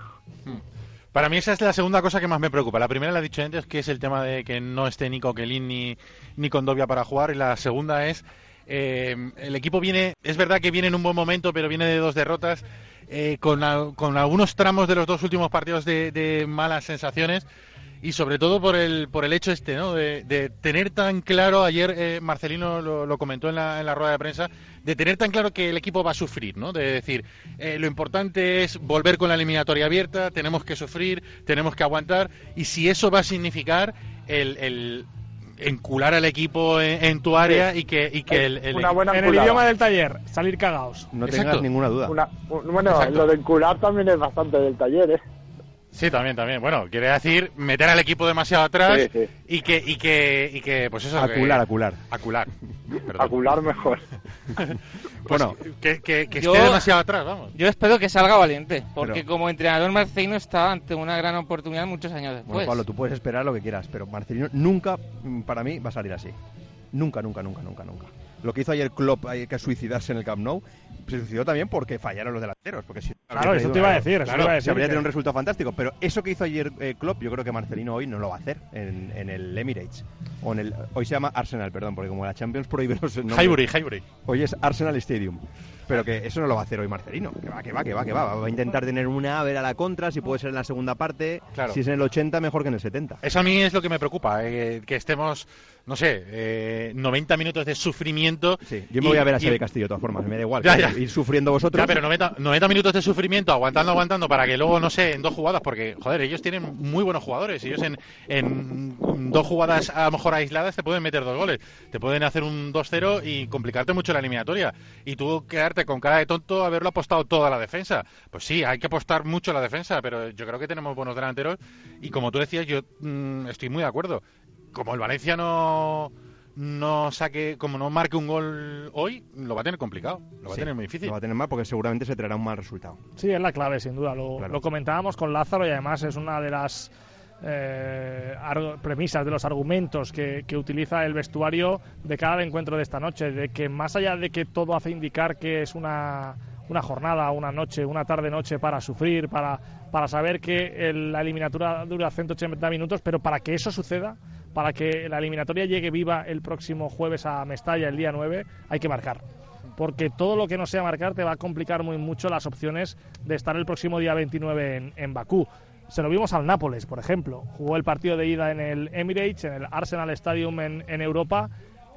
Para mí esa es la segunda cosa que más me preocupa. La primera la he dicho antes, que es el tema de que no esté ni Coquelin ni, ni Condovia para jugar. Y la segunda es, eh, el equipo viene, es verdad que viene en un buen momento, pero viene de dos derrotas, eh, con, a- con algunos tramos de los dos últimos partidos de, de malas sensaciones. Y sobre todo por el, por el hecho este, ¿no? De, de tener tan claro, ayer eh, Marcelino lo, lo comentó en la, en la rueda de prensa, de tener tan claro que el equipo va a sufrir, ¿no? De decir, eh, lo importante es volver con la eliminatoria abierta, tenemos que sufrir, tenemos que aguantar, y si eso va a significar el, el encular al equipo en, en tu área Sí. y que, y que el, el- en el idioma del taller, salir cagados. No Exacto. tengas ninguna duda. Una- un- bueno, Exacto. lo de encular también es bastante del taller, ¿eh? Sí, también, también. Bueno, quiere decir meter al equipo demasiado atrás Sí, sí. y que, y que, y que, pues eso. que- Acular, acular. Acular. Perdón. Acular mejor. Pues Bueno. que, que- que Yo- esté demasiado atrás, vamos. Yo espero que salga valiente, porque Pero- como entrenador Marceino está ante una gran oportunidad muchos años después. Bueno, Pablo, tú puedes esperar lo que quieras, pero Marcelino nunca, mm, para mí, va a salir así. Nunca, nunca, nunca, nunca, nunca. Lo que hizo ayer Klopp, eh, que es suicidarse en el Camp Nou, se suicidó también porque fallaron los delanteros. Porque si Claro, eso te iba a decir, eso Claro, iba a se decir habría que- tenido un resultado fantástico. Pero eso que hizo ayer eh, Klopp, yo creo que Marcelino hoy no lo va a hacer en, en el Emirates. O en el, hoy se llama Arsenal, perdón, porque como la Champions prohíbe los nombres- Highbury, Highbury. Hoy es Arsenal Stadium. Pero que eso no lo va a hacer hoy Marcelino. Que va, que va, que va, que va. Va a intentar tener una, a ver a la contra, si puede ser en la segunda parte. Claro. Si es en el 80, mejor que en el 70. Eso a mí es lo que me preocupa, eh, que estemos, no sé, eh, 90 minutos de sufrimiento. Sí, yo me voy a ver a Xavi Castillo de todas formas, me da igual. Ya, ya. Ir sufriendo vosotros. Ya, pero 90, 90 minutos de sufrimiento, aguantando, aguantando, para que luego, no sé, en dos jugadas, porque, joder, ellos tienen muy buenos jugadores. Ellos en, en dos jugadas, a lo mejor aisladas, te pueden meter dos goles. Te pueden hacer un 2-0 y complicarte mucho la eliminatoria. Y tú quedarte con cara de tonto haberlo apostado toda la defensa. Pues sí, hay que apostar mucho a la defensa, pero yo creo que tenemos buenos delanteros. Y como tú decías, yo mm, estoy muy de acuerdo. Como el Valencia no no saque como no marque un gol hoy lo va a tener complicado lo va Sí, a tener muy difícil Lo va a tener mal porque seguramente se traerá un mal resultado. Sí, es la clave, sin duda. Lo, Claro. lo comentábamos con Lázaro y además es una de las eh, argu- premisas, de los argumentos que, que utiliza el vestuario de cada encuentro de esta noche. De que más allá de que todo hace indicar que es una, una jornada, una noche, una tarde-noche para sufrir, para, para saber que el- la eliminatoria dura 180 minutos, pero para que eso suceda, para que la eliminatoria llegue viva el próximo jueves a Mestalla, el día 9, hay que marcar porque todo lo que no sea marcar te va a complicar muy mucho las opciones de estar el próximo día 29 en, en Bakú. Se lo vimos al Nápoles, por ejemplo. Jugó el partido de ida en el Emirates, en el Arsenal Stadium en, en Europa.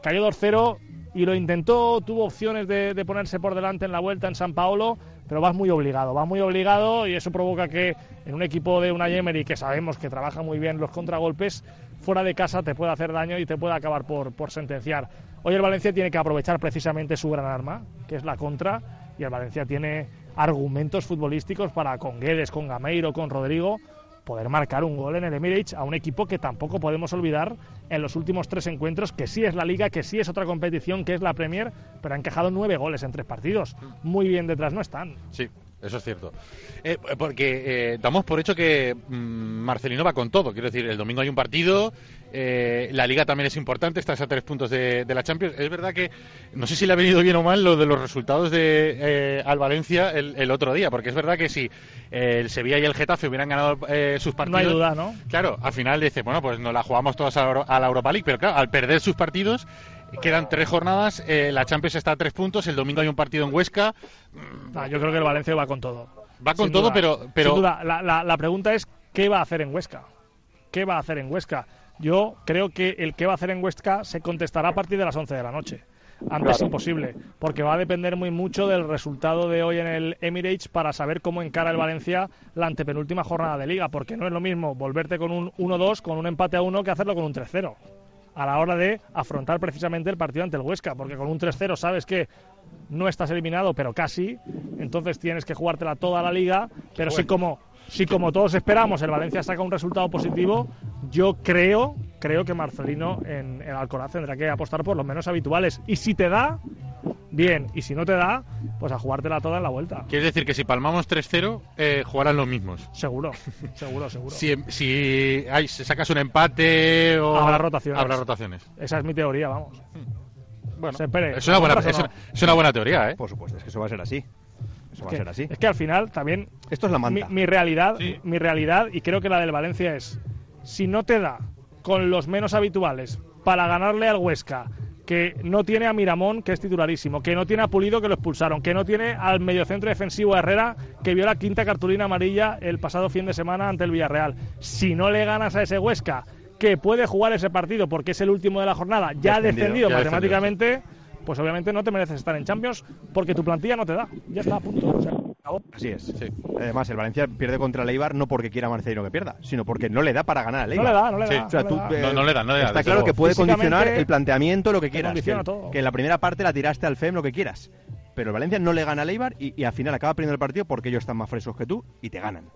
Cayó 2-0 y lo intentó, tuvo opciones de, de ponerse por delante en la vuelta en San Paolo, pero vas muy obligado, vas muy obligado y eso provoca que en un equipo de una Emery que sabemos que trabaja muy bien los contragolpes, fuera de casa te puede hacer daño y te puede acabar por, por sentenciar. Hoy el Valencia tiene que aprovechar precisamente su gran arma, que es la contra, y el Valencia tiene argumentos futbolísticos para con Guedes, con Gameiro, con Rodrigo, poder marcar un gol en el Emirates a un equipo que tampoco podemos olvidar en los últimos tres encuentros, que sí es la Liga, que sí es otra competición, que es la Premier, pero han encajado nueve goles en tres partidos. Muy bien detrás no están. Sí, eso es cierto. Eh, porque eh, damos por hecho que mm, Marcelino va con todo. Quiero decir, el domingo hay un partido, eh, la liga también es importante, estás a tres puntos de, de la Champions. Es verdad que no sé si le ha venido bien o mal lo de los resultados de eh, al Valencia el, el otro día, porque es verdad que si eh, el Sevilla y el Getafe hubieran ganado eh, sus No partidos, hay duda, ¿no? Claro, al final dice, bueno, pues nos la jugamos todas a la Euro- a la Europa League, pero claro, al perder sus partidos, quedan tres jornadas, eh, la Champions está a tres puntos, el domingo hay un partido en Huesca, No, Ah, yo creo que el Valencia va con todo. Va con Sin todo, duda. pero, pero Sin duda, la, la- la pregunta es: ¿qué va a hacer en Huesca? ¿Qué va a hacer en Huesca? Yo creo que el qué va a hacer en Huesca se contestará a partir de las 11 de la noche. Antes Claro. imposible, porque va a depender muy mucho del resultado de hoy en el Emirates para saber cómo encara el Valencia la antepenúltima jornada de liga, porque no es lo mismo volverte con un 1-2, con un empate a 1, que hacerlo con un 3-0 a la hora de afrontar precisamente el partido ante el Huesca, porque con un 3-0 sabes que no estás eliminado, pero casi, entonces tienes que jugártela toda la liga, pero si como si como todos esperamos el Valencia saca un resultado positivo, yo creo, creo que Marcelino en el Alcoraz tendrá que apostar por los menos habituales y si te da bien. Y si no te da, pues a jugártela toda en la vuelta. Quieres decir que si palmamos 3-0, eh, jugarán los mismos. Seguro, seguro, seguro. Si, si hay- si sacas un empate o. Habrá rotaciones. Habrá rotaciones. Esa es mi teoría, vamos. Bueno, Es una, buena, es, una, es una buena teoría, ¿eh? Pues, Por supuesto, es que eso va a ser así. Eso va que- a ser así. Es que al final también. Esto es la Mi, manta. mi realidad, mi realidad, y creo que la del Valencia es: si no te da con los menos habituales para ganarle al Huesca, que no tiene a Miramón, que es titularísimo, que no tiene a Pulido, que lo expulsaron, que no tiene al mediocentro defensivo Herrera, que vio la quinta cartulina amarilla el pasado fin de semana ante el Villarreal. Si no le ganas a ese Huesca, que puede jugar ese partido porque es el último de la jornada, ya Descendido. descendido, Ya matemáticamente. Pues obviamente no te mereces estar en Champions porque tu plantilla no te da. Ya está, punto. O sea, acabó. Así es. Además, el Valencia pierde contra el Eibar no porque quiera Marcelino que pierda, sino porque no le da para ganar al No Eibar. le da, no le da, O sea, no tú, le da. eh, No, no le da, no le da, Está desde claro luego. que puede Físicamente, condicionar el planteamiento, lo que quieras. condiciona que, todo. que en la primera parte la tiraste al FEM, lo que quieras. Pero el Valencia no le gana al Eibar y, y al final acaba perdiendo el partido porque ellos están más frescos que tú y te ganan.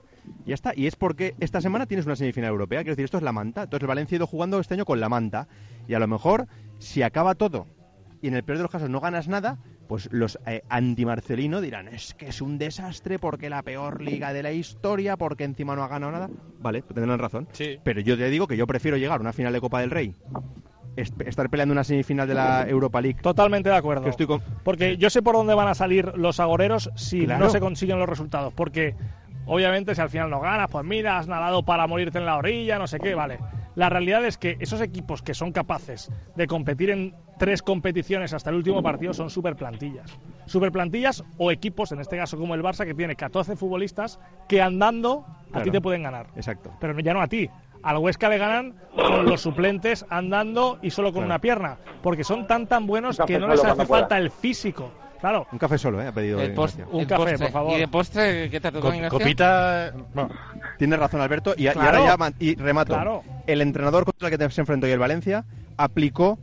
Ya está. Y es porque esta semana tienes una semifinal europea. Quiero decir, esto es la manta. Entonces el Valencia ha ido jugando este año con la manta. Y a lo mejor, si acaba todo y en el peor de los casos no ganas nada, pues los eh, anti-Marcelino dirán, es que es un desastre porque la peor liga de la historia, porque encima no ha ganado nada. Vale, pues tendrán razón. Pero yo te digo que yo prefiero llegar a una final de Copa del Rey, es- estar peleando una semifinal de la Europa League. Totalmente de acuerdo. Que estoy con- Porque yo sé por dónde van a salir los agoreros si Claro. no se consiguen los resultados. Porque, obviamente, si al final no ganas, pues mira, has nadado para morirte en la orilla, no sé qué, vale. La realidad es que esos equipos que son capaces de competir en tres competiciones hasta el último partido son super plantillas. Super plantillas o equipos, en este caso como el Barça, que tiene 14 futbolistas que andando a Claro. ti te pueden ganar. Exacto. Pero no- ya no a ti. Al Huesca le ganan con los suplentes andando y solo con Claro. una pierna. Porque son tan tan buenos café que no solo les hace cuando pueda. falta el físico. Claro. Un café solo, ¿eh? Ha pedido. El post- Ignacio. un El café, postre. por favor. ¿Y de postre qué te ha tocado, Co- Ignacio? copita, Tienes razón, Alberto. Y, y Claro. ahora ya man- y remato. Claro. El entrenador contra el que te- se enfrentó hoy el Valencia aplicó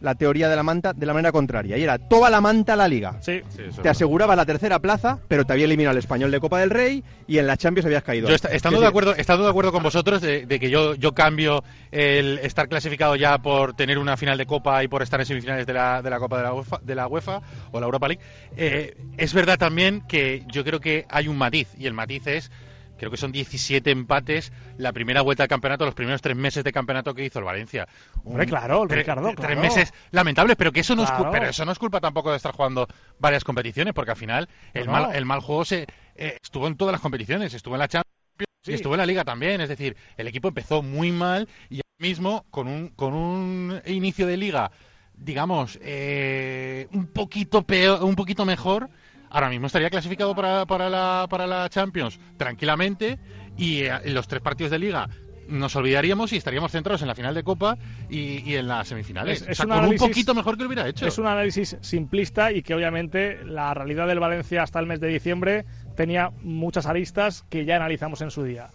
la teoría de la manta de la manera contraria. Y era toda la manta a la liga. Sí. Te aseguraba la tercera plaza, pero te había eliminado al español de Copa del Rey y en la Champions habías caído. Yo est- estando Es de decir, acuerdo, estando de acuerdo con vosotros de, de que yo, yo cambio el estar clasificado ya por tener una final de copa y por estar en semifinales de la, de la Copa de la UEFA, de la UEFA o la Europa League. eh, es verdad también que yo creo que hay un matiz y el matiz es creo que son 17 empates la primera vuelta al campeonato, los primeros tres meses de campeonato que hizo el Valencia. Hombre, claro, tre- Ricardo, Tres claro. meses lamentables, pero que eso no, es, Claro. cul- pero eso no es culpa tampoco de estar jugando varias competiciones, porque al final el, No, no. mal, el mal juego se eh, estuvo en todas las competiciones, estuvo en la Champions Sí. y estuvo en la Liga también. Es decir, el equipo empezó muy mal y ahora mismo con un, con un inicio de Liga, digamos, eh, un poquito peor, un poquito mejor. Ahora mismo estaría clasificado para, para, la, para la Champions tranquilamente y eh, en los tres partidos de Liga nos olvidaríamos y estaríamos centrados en la final de Copa y, y en las semifinales. Es- O es sea, un con análisis- un poquito mejor que lo hubiera hecho. Es un análisis simplista y que obviamente la realidad del Valencia hasta el mes de diciembre tenía muchas aristas que ya analizamos en su día.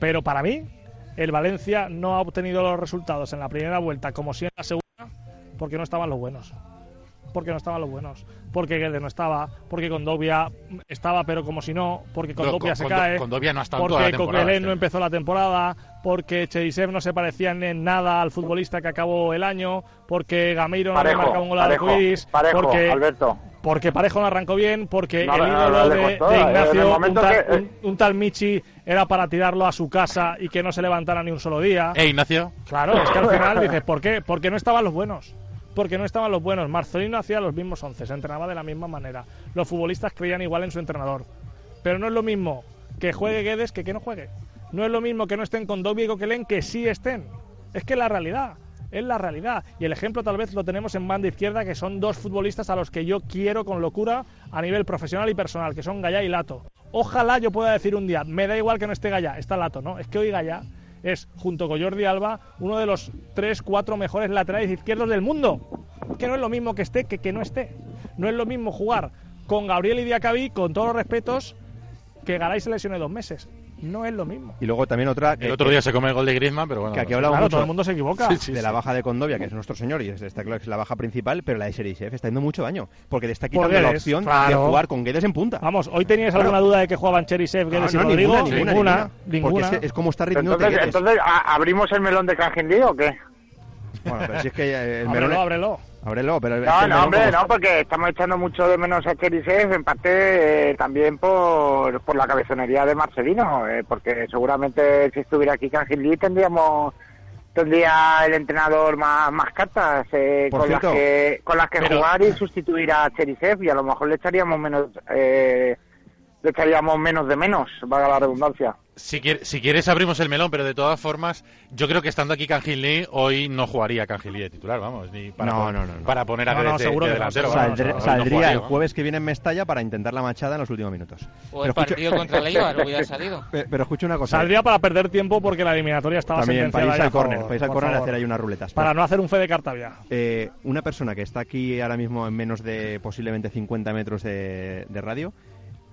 Pero para mí, el Valencia no ha obtenido los resultados en la primera vuelta como si en la segunda porque no estaban los buenos. Porque no estaban los buenos. Porque Guede no estaba. Porque Condovia estaba, pero como si no. Porque Pero Condovia con- se Condo- cae. Condovia no ha estado en toda Porque la temporada, Coquelin este. no empezó la temporada. Porque Cheisev no se parecía en nada al futbolista que acabó el año. Porque Gameiro no le Parejo, marcaba un gol a parejo, arcoiris, parejo, porque, Alberto. Porque Parejo no arrancó bien. Porque No, el no, no, ídolo no, le de, costó, de eh, en el Ignacio, un momento tal, que, eh. un- un tal Michi, era para tirarlo a su casa y que no se levantara ni un solo día. ¿Eh, Ignacio? Claro, es que al final dices, ¿por qué? Porque no estaban los buenos. Porque no estaban los buenos. Marcelino hacía los mismos once, se entrenaba de la misma manera. Los futbolistas creían igual en su entrenador. Pero no es lo mismo que juegue Guedes que que no juegue. No es lo mismo que no estén con Dobby y Coquelén que sí estén. Es que la realidad. Es la realidad. Y el ejemplo tal vez lo tenemos en banda izquierda, que son dos futbolistas a los que yo quiero con locura a nivel profesional y personal, que son Gallá y Lato. Ojalá yo pueda decir un día, me da igual que no esté Gallá, está Lato, ¿no? Es que hoy Gallá es, junto con Jordi Alba, uno de los 3, 4 mejores laterales izquierdos del mundo. Que no es lo mismo que esté que que no esté. No es lo mismo jugar con Gabriel y Diacabí, con todos los respetos, que Garay se lesione dos meses. No es lo mismo. Y luego también otra. Eh, El otro día se come el gol de Griezmann, pero bueno. Que aquí no sé. hablamos mucho se equivoca. Sí, sí, de sí. la baja de Condovia, que es nuestro señor y es- está claro que es la baja principal, pero la de Sericef está haciendo mucho daño porque le está quitando Por la Guedes, opción de claro. jugar con Guedes en punta. Ah, Vamos, hoy tenías alguna duda de que jugaban Cherisev, No, Guedes no, y Rodrigo. ninguna, ninguna, ninguna. Porque ninguna. es que es como está rindiendo Entonces, entonces ¿a- ¿abrimos el melón de Canjindí o qué? Bueno, pero si es que eh, el Ábrelo, Merone- ábrelo. Ábrelo, pero es que No, el no, Merone hombre, como- no, porque estamos echando mucho de menos a Cherisev, en parte eh, también por, por la cabezonería de Marcelino, eh, porque seguramente si estuviera aquí Cangilí tendríamos tendría el entrenador más, más cartas eh, Por con, cierto, las que, con las que pero- jugar y sustituir a Cherisev y a lo mejor le echaríamos menos eh, le echaríamos menos de menos, valga la redundancia. Si, quier- si quieres abrimos el melón, pero de todas formas, yo creo que estando aquí Cangil Lee, hoy no jugaría Cangil Lee de titular, vamos, ni para, No, pon- no, no, no. para poner a No, no, Pérez de- seguro de que no. delantero. Saldré- vamos, no, no saldría jugaría, el vamos. jueves que viene en Mestalla para intentar la machada en los últimos minutos. O el partido <laughs> contra el Eibar hubiera salido. Pe- Pero escucha una cosa. Saldría para perder tiempo porque la eliminatoria estaba También, para sentenciada irse ya, al por- córner, para irse al por córner y favor. hacer ahí unas ruletas. Para no hacer un fe de Cartavia. Eh, una persona que está aquí ahora mismo en menos de posiblemente 50 metros de, de radio,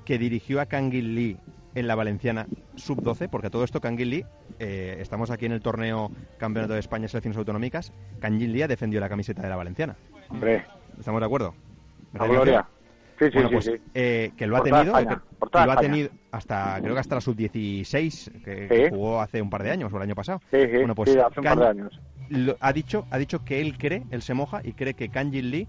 que dirigió a Kangin Lee en la Valenciana sub-12, porque a todo esto Kangin Lee, eh, estamos aquí en el torneo Campeonato de España Selecciones Autonómicas, Kangin Lee ha defendido la camiseta de la Valenciana. Hombre. ¿Estamos de acuerdo? A gloria. Sí, sí, Bueno, sí, pues, sí. eh, que lo ha Por toda tenido, España, que- por toda lo ha España. tenido hasta, creo que hasta la sub-16, que, que Sí. jugó hace un par de años, o el año pasado. Sí, sí, Bueno, pues sí, hace un par de Kang- años. lo- ha dicho ha dicho que él cree, él se moja y cree que Kanjin Lee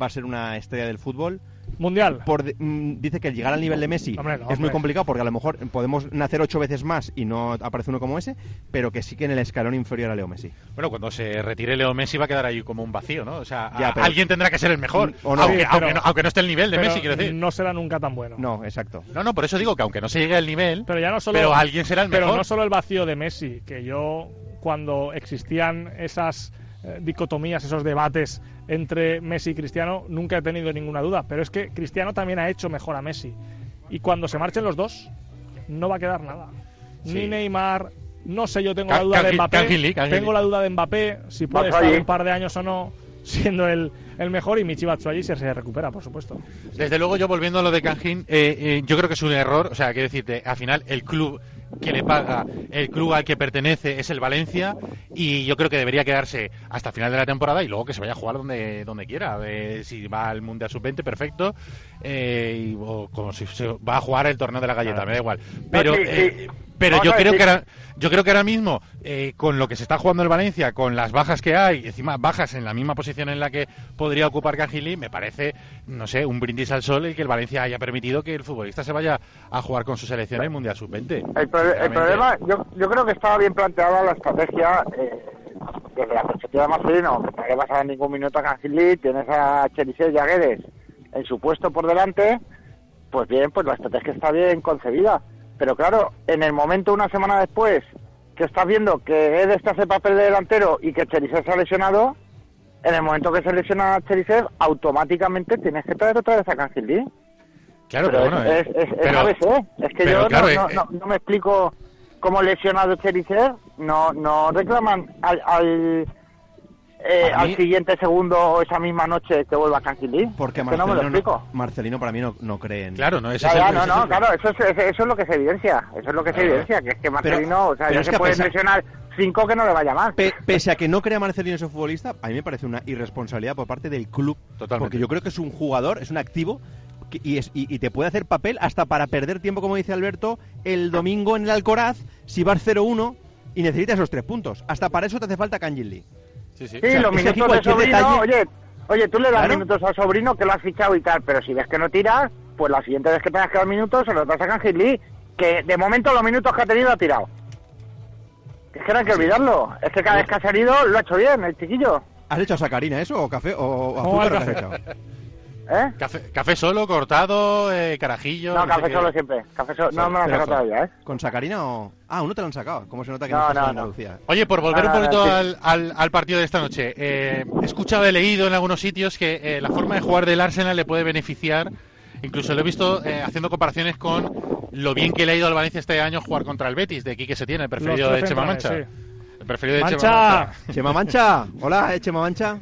va a ser una estrella del fútbol mm, mundial. dice que llegar al nivel de Messi Hombre, no, es muy hombre. complicado porque a lo mejor podemos nacer ocho veces más y no aparece uno como ese, pero que sí que en el escalón inferior a Leo Messi. Bueno, cuando se retire Leo Messi va a quedar ahí como un vacío, ¿no? O sea, a- Ya, pero- alguien tendrá que ser el mejor, O no. aunque, Sí, aunque pero- no, aunque no esté el nivel de Pero Messi, quiero decir. No será nunca tan bueno. No, exacto. No, no, por eso digo que aunque no se llegue al nivel, pero ya no solo pero alguien será el pero mejor. no solo el vacío de Messi que yo cuando existían esas eh, dicotomías esos debates entre Messi y Cristiano nunca he tenido ninguna duda pero es que Cristiano también ha hecho mejor a Messi y cuando se marchen los dos no va a quedar nada ni Sí. Neymar no sé yo tengo Ca- la duda de Cangil- Mbappé Cangil Lee, Cangil tengo Lee. la duda de Mbappé si puede Batshuayi. estar un par de años o no siendo el, el mejor y Michi Batshuayi se, se recupera por supuesto Desde luego, yo volviendo a lo de Canjín, eh, eh, yo creo que es un error. O sea, quiero decirte, al final el club que le paga, el club al que pertenece es el Valencia y yo creo que debería quedarse hasta final de la temporada y luego que se vaya a jugar donde, donde quiera. Eh, si va al Mundial Sub-20, perfecto. Eh, y- o como si se va a jugar el torneo de la galleta, me da igual. Pero, sí, sí. eh, pero Vamos yo a creo decir- que ahora, <laughs> yo creo que ahora mismo, eh, con lo que se está jugando el Valencia, con las bajas que hay, encima bajas en la misma posición en la que podría ocupar Cajili, me parece, no sé, un brindis al sol el que el Valencia haya permitido que el futbolista se vaya a jugar con su selección en el Mundial Sub-20. El, pro- el Sinceramente. problema, yo, yo creo que estaba bien planteada la estrategia eh, desde la perspectiva de Marcelino. que No le vas a dar ningún minuto a Cancilí, tienes a Cherise y a Guedes en su puesto por delante. Pues bien, pues la estrategia está bien concebida. Pero claro, en el momento, una semana después, que estás viendo que Guedes te hace papel de delantero y que Cherise se ha lesionado, en el momento que se lesiona Cherise, automáticamente tienes que traer otra vez a Cancilí. Claro, pero, Pero bueno, eh, es, es, es pero- ABC. Es que pero yo claro, no, eh, no- eh. no- no me explico cómo lesionado Cherisev no no reclaman al al, eh, A mí- al siguiente segundo o esa misma noche que vuelva Cancilí. Porque Es que no me Marcelino, lo no- explico. Marcelino para mí no, no cree en... Claro, no, ese Ya, es el- ya, ese no, es no, el- claro, eso es, es- eso es lo que se evidencia, eso es lo que se Claro. evidencia, que es que Marcelino, o sea, pero ya es se que a puede pesar- lesionar cinco que no le vaya mal. Pe- pese a que no crea Marcelino ese futbolista, a mí me parece una irresponsabilidad por parte del club. Porque yo creo que es un jugador, es un activo. que- Y, es- y- y te puede hacer papel hasta para perder tiempo, como dice Alberto, el domingo en el Alcoraz, si vas 0-1 y necesitas los tres puntos. Hasta para eso te hace falta Kangin Lee. Sí, O sea, los es que aquí minutos de cualquier sobrino, detalle- oye, oye, tú le das Claro. minutos al sobrino que lo has fichado y tal, pero si ves que no tiras, pues la siguiente vez que tengas que dar minutos se los das a Cangil Lee, que de momento los minutos que ha tenido ha tirado. Es que no hay que olvidarlo, es que cada vez que ha salido lo ha hecho bien el chiquillo, ¿Has hecho sacarina eso o café o, o No, azúcar al que has café. echado? ¿eh? café, café solo, cortado, eh, carajillo. No, sé café qué. solo siempre, café solo, no me lo Pero saco con- todavía, ¿eh? ¿Con sacarina o...? Ah, uno te lo han sacado. ¿Cómo se nota que No, no, estás no, en no. Andalucía? Oye, por volver No, no, un no, poquito sí. al, al- al partido de esta noche, eh, he escuchado, he leído en algunos sitios que eh, la forma de jugar del Arsenal le puede beneficiar. Incluso lo he visto eh, haciendo comparaciones con lo bien que le ha ido al Valencia este año jugar contra el Betis, de aquí que se tiene, el preferido Los de tres Chema centrales, Mancha. El preferido de Mancha. Chema Mancha. Chema Mancha. Hola, eh, Chema Mancha.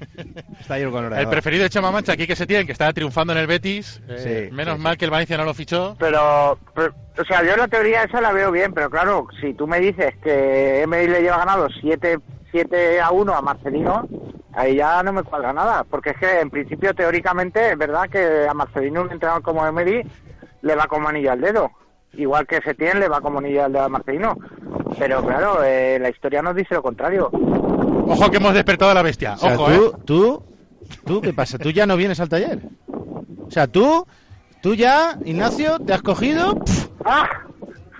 Está ahí con El preferido de Chema Mancha, aquí que se tiene, que estaba triunfando en el Betis. eh, Sí, menos mal que el Valencia no lo fichó. Pero, pero, o sea, yo la teoría esa la veo bien, pero claro, si tú me dices que MI le lleva ganado 7, 7 a 1 a Marcelino, ahí ya no me cuadra nada, porque es que en principio teóricamente es verdad que a Marcelino un entrenador como Emery le va como anillo al dedo, igual que Setién le va como anillo al dedo a Marcelino, pero claro, eh, la historia nos dice lo contrario. Ojo que hemos despertado a la bestia. O sea, Ojo, tú, ¿eh? tú, tú, ¿qué pasa? ¿Tú ya no vienes al taller? O sea, tú, tú ya, Ignacio, te has cogido, pf, ¡Ah!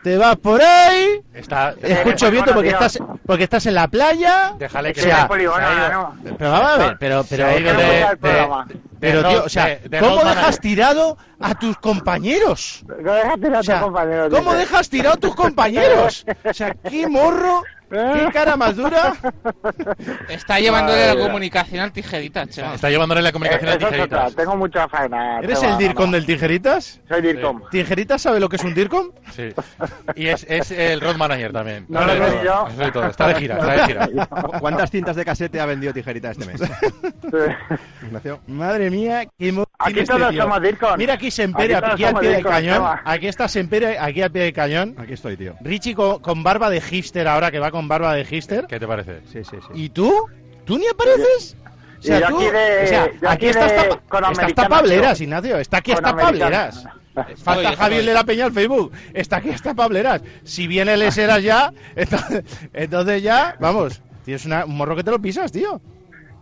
te vas por ahí, Está. escucho viento porque estás, porque estás en la playa. Déjale que o sea, sea polígona, se ha ido- Pero vamos a ver, pero, Se pero, ha ido pero- de- de- pero- pero, de tío, road- o sea, de- de ¿cómo road dejas manager. tirado a tus compañeros? O sea, ¿Cómo dice. dejas tirado a tus compañeros? O sea, qué morro, qué cara más dura. Está llevándole Madre la mía. comunicación al tijerita, chaval. Está llevándole la comunicación Eh, al eso es tijerita. otra. Tengo mucha faena. ¿Eres Chema, el DIRCOM del Tijeritas? Soy DIRCOM. ¿Tijeritas sabe lo que es un DIRCOM? Sí. Y es, es el road manager también. No, Hace no, de no, todo, yo. hace de todo. Está de gira, está de gira. <laughs> ¿Cu- <laughs> ¿Cuántas cintas de casete ha vendido Tijerita este mes? Ignacio. Madre mía, qué mo- Aquí tiene todos este tío. somos Dircon. Mira aquí Sempere, Aquí aquí, todos al somos pie del Dircon, cañón. toma. Aquí está Sempere, aquí al pie del cañón. Aquí estoy, tío. Richie co- con, barba de hipster ahora, que va con barba de hipster. ¿Qué te parece? Sí, sí, sí. ¿Y tú? ¿Tú ni apareces? O Y sea, yo tú, aquí de- o sea, yo aquí aquí estás, de- tapa- con estás americanas, tapableras, tío. Ignacio. Está aquí Con hasta americanas. Pableras. Falta Estoy, Javier estoy. de la Peña al Facebook. Está aquí hasta Pableras. Si viene el Eras ya, <laughs> entonces, entonces ya, vamos, tienes una- un morro que te lo pisas, tío.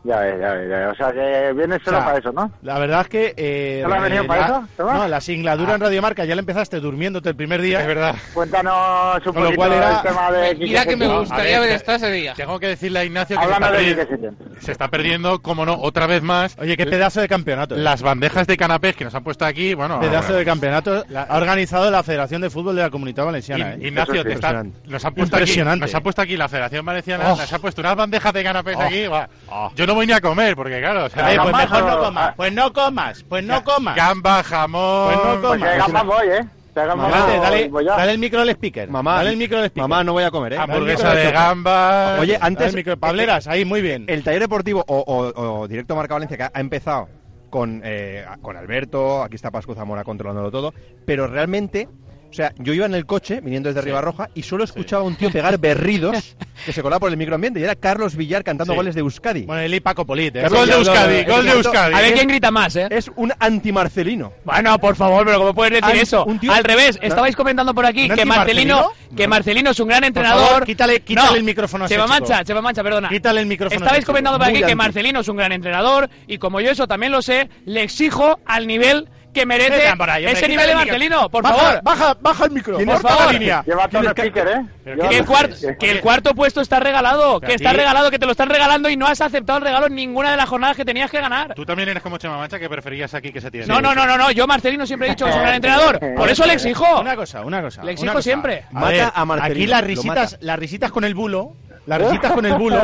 Ya ves, ya ves, ya ves. O sea, que vienes solo O sea, para eso, ¿no? La verdad es que. Eh, ¿No la has venido eh, para la- eso? Ah. Toma. No, la singladura en Radiomarca ya la empezaste durmiéndote el primer día. Es verdad. Cuéntanos un Con lo poquito cual era- el tema de... Mira que me No, a gustaría ver, haber te- estado ese día. Tengo que decirle a Ignacio que se Háblame está, de perdiendo, se está perdiendo, como no, otra vez más. Oye, qué pedazo de campeonato. ¿eh? Las bandejas de canapés que nos han puesto aquí, bueno. Pedazo bueno. de campeonato ha organizado la Federación de Fútbol de la Comunidad Valenciana. In- ¿eh? Ignacio, te está- nos, han puesto aquí, Impresionante. nos ha puesto aquí la Federación Valenciana, Oh. nos ha puesto unas bandejas de canapés Oh. aquí. va. Yo no voy ni a comer, porque claro. o sea, Eh, pues mejor no comas, pues no comas, pues no comas. Gamba, jamón. Pues no comas. Pues llegamos hoy, ¿eh? Llegamos Mamá, hoy, dale, voy ya. dale el micro al speaker. Mamá, dale el micro al speaker. Mamá, no voy a comer, ¿eh? Hamburguesa de gamba. Oye, Dale antes... Eh, el micro- Pableras, ahí, muy bien. El taller deportivo o, o- o Directo Marca Valencia, que ha- ha empezado con, eh, con Alberto, aquí está Pascu Zamora controlándolo todo, pero realmente... O sea, yo iba en el coche, viniendo desde Riva Roja, y solo escuchaba a un tío pegar berridos que se colaba por el microambiente. Y era Carlos Villar cantando Sí. goles de Euskadi. Bueno, él y Paco Polit. ¿eh? Gol de Euskadi, gol de Euskadi. A ver quién grita más, ¿eh? Es un anti-Marcelino. Bueno, por favor, pero ¿cómo puedes decir An- eso? un tío- Al revés, No. estabais comentando por aquí ¿Un que Marcelino, anti-Marcelino? que Marcelino es un gran Por entrenador. favor, quítale- quítale No, el micrófono a ese Chema chico. Mancha, Chema Mancha, perdona. Quítale el micrófono a ese Estabais chico. comentando por Muy aquí que anti. Marcelino es un gran entrenador y como yo eso también lo sé, le exijo al nivel que merece Venga, por ahí, hombre, ese quítale nivel de el micro. Marcelino, por Baja- favor. Baja, baja el micro. ¿Quién por es Paco favor. Línea? Lleva todo el speaker, ¿eh? Que el, cuarto, que el cuarto puesto está regalado, que a está ti- regalado, que te lo están regalando y no has aceptado el regalo en ninguna de las jornadas que tenías que ganar. Tú también eres como Chema Mancha, que preferías aquí que se tiene. No, no, no, no, no, yo Marcelino siempre he dicho que es un gran entrenador, por eso le exijo. Una cosa, una cosa. Le exijo una cosa. siempre. A Mata ver, a Marcelino, Aquí las lo risitas, mata. las risitas con el bulo. Las risitas con el <laughs> bulo.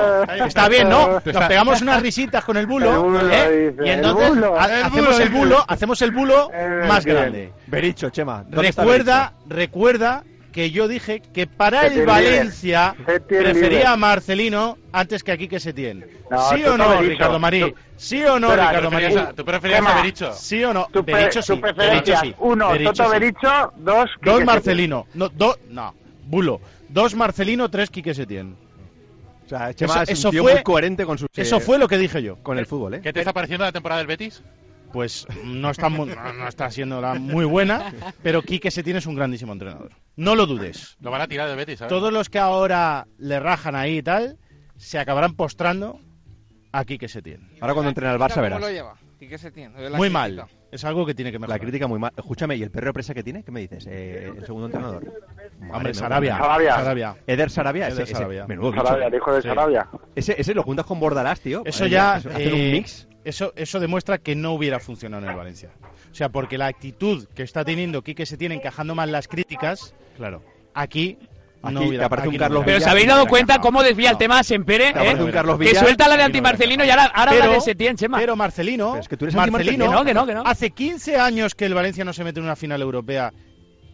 Está bien, ¿no? Nos pegamos unas risitas con el bulo. El bulo, ¿eh? dice, Y el entonces bulo. ha- El hacemos bulo, el bulo, hacemos el bulo Eh, más bien. grande. Bericho, Chema. ¿dónde está Recuerda, recuerda que yo dije que para Que el tiene Valencia líder. Que tiene líder. prefería a Marcelino antes que aquí que se tiene. No, ¿Sí tú o no, te lo he dicho. Ricardo Marí? Tú- ¿Sí o no, Espera, Ricardo tú Marí? preferías a- tú preferías Emma, a Bericho. ¿Sí o no? Tu, pre- Bericho tu sí. preferencia, Bericho sí. uno, Bericho Toto sí. Bericho, dos, Dos Quique Marcelino. No, dos, no, bulo. Dos Marcelino, tres Quique Setién. O sea, Chema es un tío muy coherente con sus- eh, Eso fue lo que dije yo. Con el fútbol, ¿eh? ¿Qué te está pareciendo la temporada del Betis? Pues no está, mu- no, no está siendo la muy buena, pero Quique Setién es un grandísimo entrenador. No lo dudes. Lo van a tirar del Betis, ¿sabes? Todos los que ahora le rajan ahí y tal, se acabarán postrando a Quique Setién. Ahora cuando entrena el Barça ¿Cómo verás. lo lleva? ¿Y qué se tiene? Lo de la Muy crítica. mal. Es algo que tiene que mejorar. La crítica muy mal. Escúchame, ¿y el perro presa que tiene? ¿Qué me dices? Eh, el segundo entrenador. Madre mía. Sarabia. Sarabia. Eder Sarabia. Eder ese- ese- Sarabia. menudo Sarabia, bicho, el eh. hijo de Sí. Sarabia. Ese, ese lo juntas con Bordalás, tío. Eso Madre ya. mía, eso- hacer eh, un mix. Eso, eso demuestra que no hubiera funcionado en el Valencia. O sea, porque la actitud que está teniendo Quique se tiene encajando más las críticas. Claro. Aquí. no Aquí hubiera, te aparece un aquí no Carlos hubiera. Pero os habéis dado cuenta cómo desvía el tema Sempere, Te aparece ¿eh? un Carlos que Villar. suelta la de Aquí no antimarcelino y ahora, ahora Pero- la de Setién, Chema. Pero Marcelino, antimarcelino. Marcelino, Que no, que no, que no. hace 15 años que el Valencia no se mete en una final europea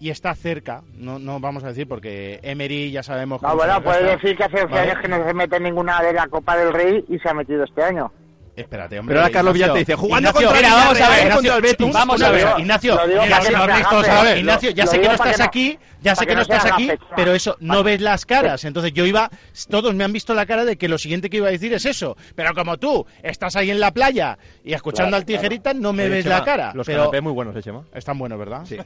y está cerca. No, no vamos a decir porque Emery ya sabemos. No, cómo se Ah, bueno, la gasta. puedes decir que hace 11 Vale. años que no se mete en ninguna de la Copa del Rey y se ha metido este año. Espérate, hombre. Pero ahora Carlos Villar Ignacio. te dice, jugando Ignacio, contra el mira, vamos a Villarreal, ver, contra el Betis. Vamos a Lo ver, digo- Ignacio, lo digo ya para sé que que no no se estás agafe, aquí, lo- Ignacio, ya lo sé que digo no para estás que no- aquí, ya para sé que que no no se estás aquí, agafe. pero eso, no ves las caras. Entonces yo iba, todos me han visto la cara de que lo siguiente que iba a decir es eso. Pero como tú estás ahí en la playa y escuchando Claro, al tijerita, no me Oye, ves Chema, la cara. "Ah, Los pero canapés muy buenos, ¿eh, Chema? Están buenos, ¿verdad? Sí.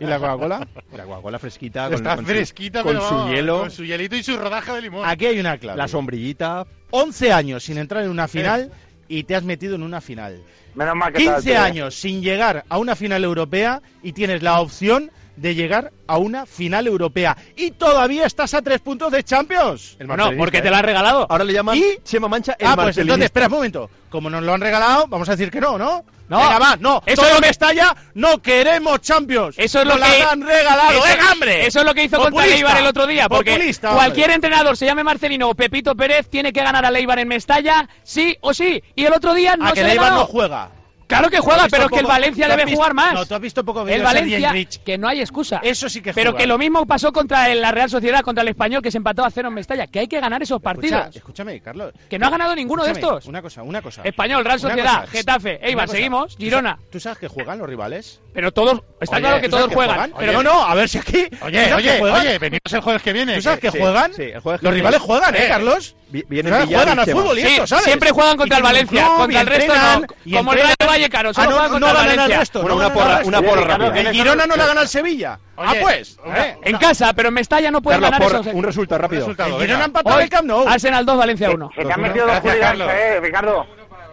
¿Y la <laughs> Coca-Cola? La Coca-Cola fresquita. Está su- fresquita, con pero su vamos, hielo. Con su hielito y su rodaja de limón. Aquí hay una clave. La sombrillita. 11 años sin entrar en una final y te has metido en una final. Menos mal que 15 estaba- años sin llegar a una final europea y tienes la opción de llegar a una final europea. Y todavía estás a tres puntos de Champions. marcelinista, ¿eh? Ahora le llaman Chema Mancha el ah, pues entonces, marcelinista. espera un momento. Como nos lo han regalado, vamos a decir que no, ¿no? No. Venga, va, no. Eso Eso es Todo lo que- Mestalla, no queremos Champions. Eso es lo Nos que la han regalado, eso, ¡Venga, hombre! Eso es lo que hizo contra Populista. Leibar el otro día, porque Populista, hombre. cualquier entrenador se llame Marcelino o Pepito Pérez tiene que ganar a Leibar en Mestalla, sí o sí. Y el otro día no a se que le Leibar ganó. no juega. Claro que juega, ¿Has visto pero es que el poco- Valencia tú has debe visto- jugar más. No, tú has visto poco el vídeos de Sergi Valencia, Enrich. que no hay excusa. Eso sí que Pero juega. que lo mismo pasó contra el- la Real Sociedad, contra el Español, que se empató a cero en Mestalla. Que hay que ganar esos Escucha, partidos. escúchame, Carlos. Que no ha ganado ninguno de Escúchame, estos. Una cosa, una cosa. Español, Real Una Sociedad, cosa. Getafe, Una Eibar, cosa. seguimos, ¿Tú Girona. sa- ¿Tú sabes que juegan los rivales? Pero todos, está Oye, claro que ¿tú sabes todos juegan. Pero Oye, no, no, a ver si aquí. ¿tú Oye, sabes que oye, juegan? oye, venimos el jueves que viene. ¿Tú sabes que Sí, juegan? sí, el jueves que Los viene. rivales juegan, ¿eh, Eh, Carlos? vi- vienen Los rivales Villar y juegan al Chema. fútbol y Sí, esto, ¿sabes? siempre juegan contra el Y tienen Valencia, club, contra y el resto entrenan, no. y Como el Rayo entrenan. Vallecano, solo Ah, no, juegan no contra el ganan al Valencia. resto, Una- no una ganan porra- al resto. una porra Sí, rápida. El Girona no la gana al Sevilla. Ah, pues. ¿eh? En casa, pero en Mestalla no pueden Carlos, ganar por esos. un resultado rápido. El Girona ha empatado Hoy, el Camp Nou. Arsenal 2, Valencia 1. Que te han metido dos Gracias, hooligans, Carlos. eh, Ricardo.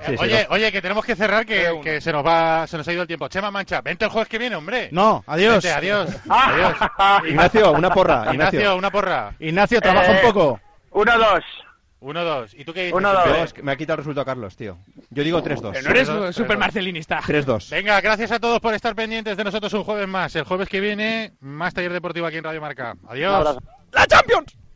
Sí, sí, oye, no. oye, que tenemos que cerrar, que, que se nos va, se nos ha ido el tiempo. Chema Mancha, vente el jueves que viene, hombre. No, adiós. Ah. Vente, <laughs> adiós. <laughs> adiós. Ignacio, una porra. Ignacio, Ignacio. Eh, una porra. Ignacio, trabaja un poco. Eh. Uno, dos. Uno, dos. ¿Y tú qué dices? Uno, dos. Yo, es que me ha quitado el resultado Carlos, tío. Yo digo 3-2. Pero no eres super marcelinista. 3-2. Venga, gracias a todos por estar pendientes de nosotros un jueves más. El jueves que viene, más taller deportivo aquí en Radio Marca. Adiós. ¡La Champions!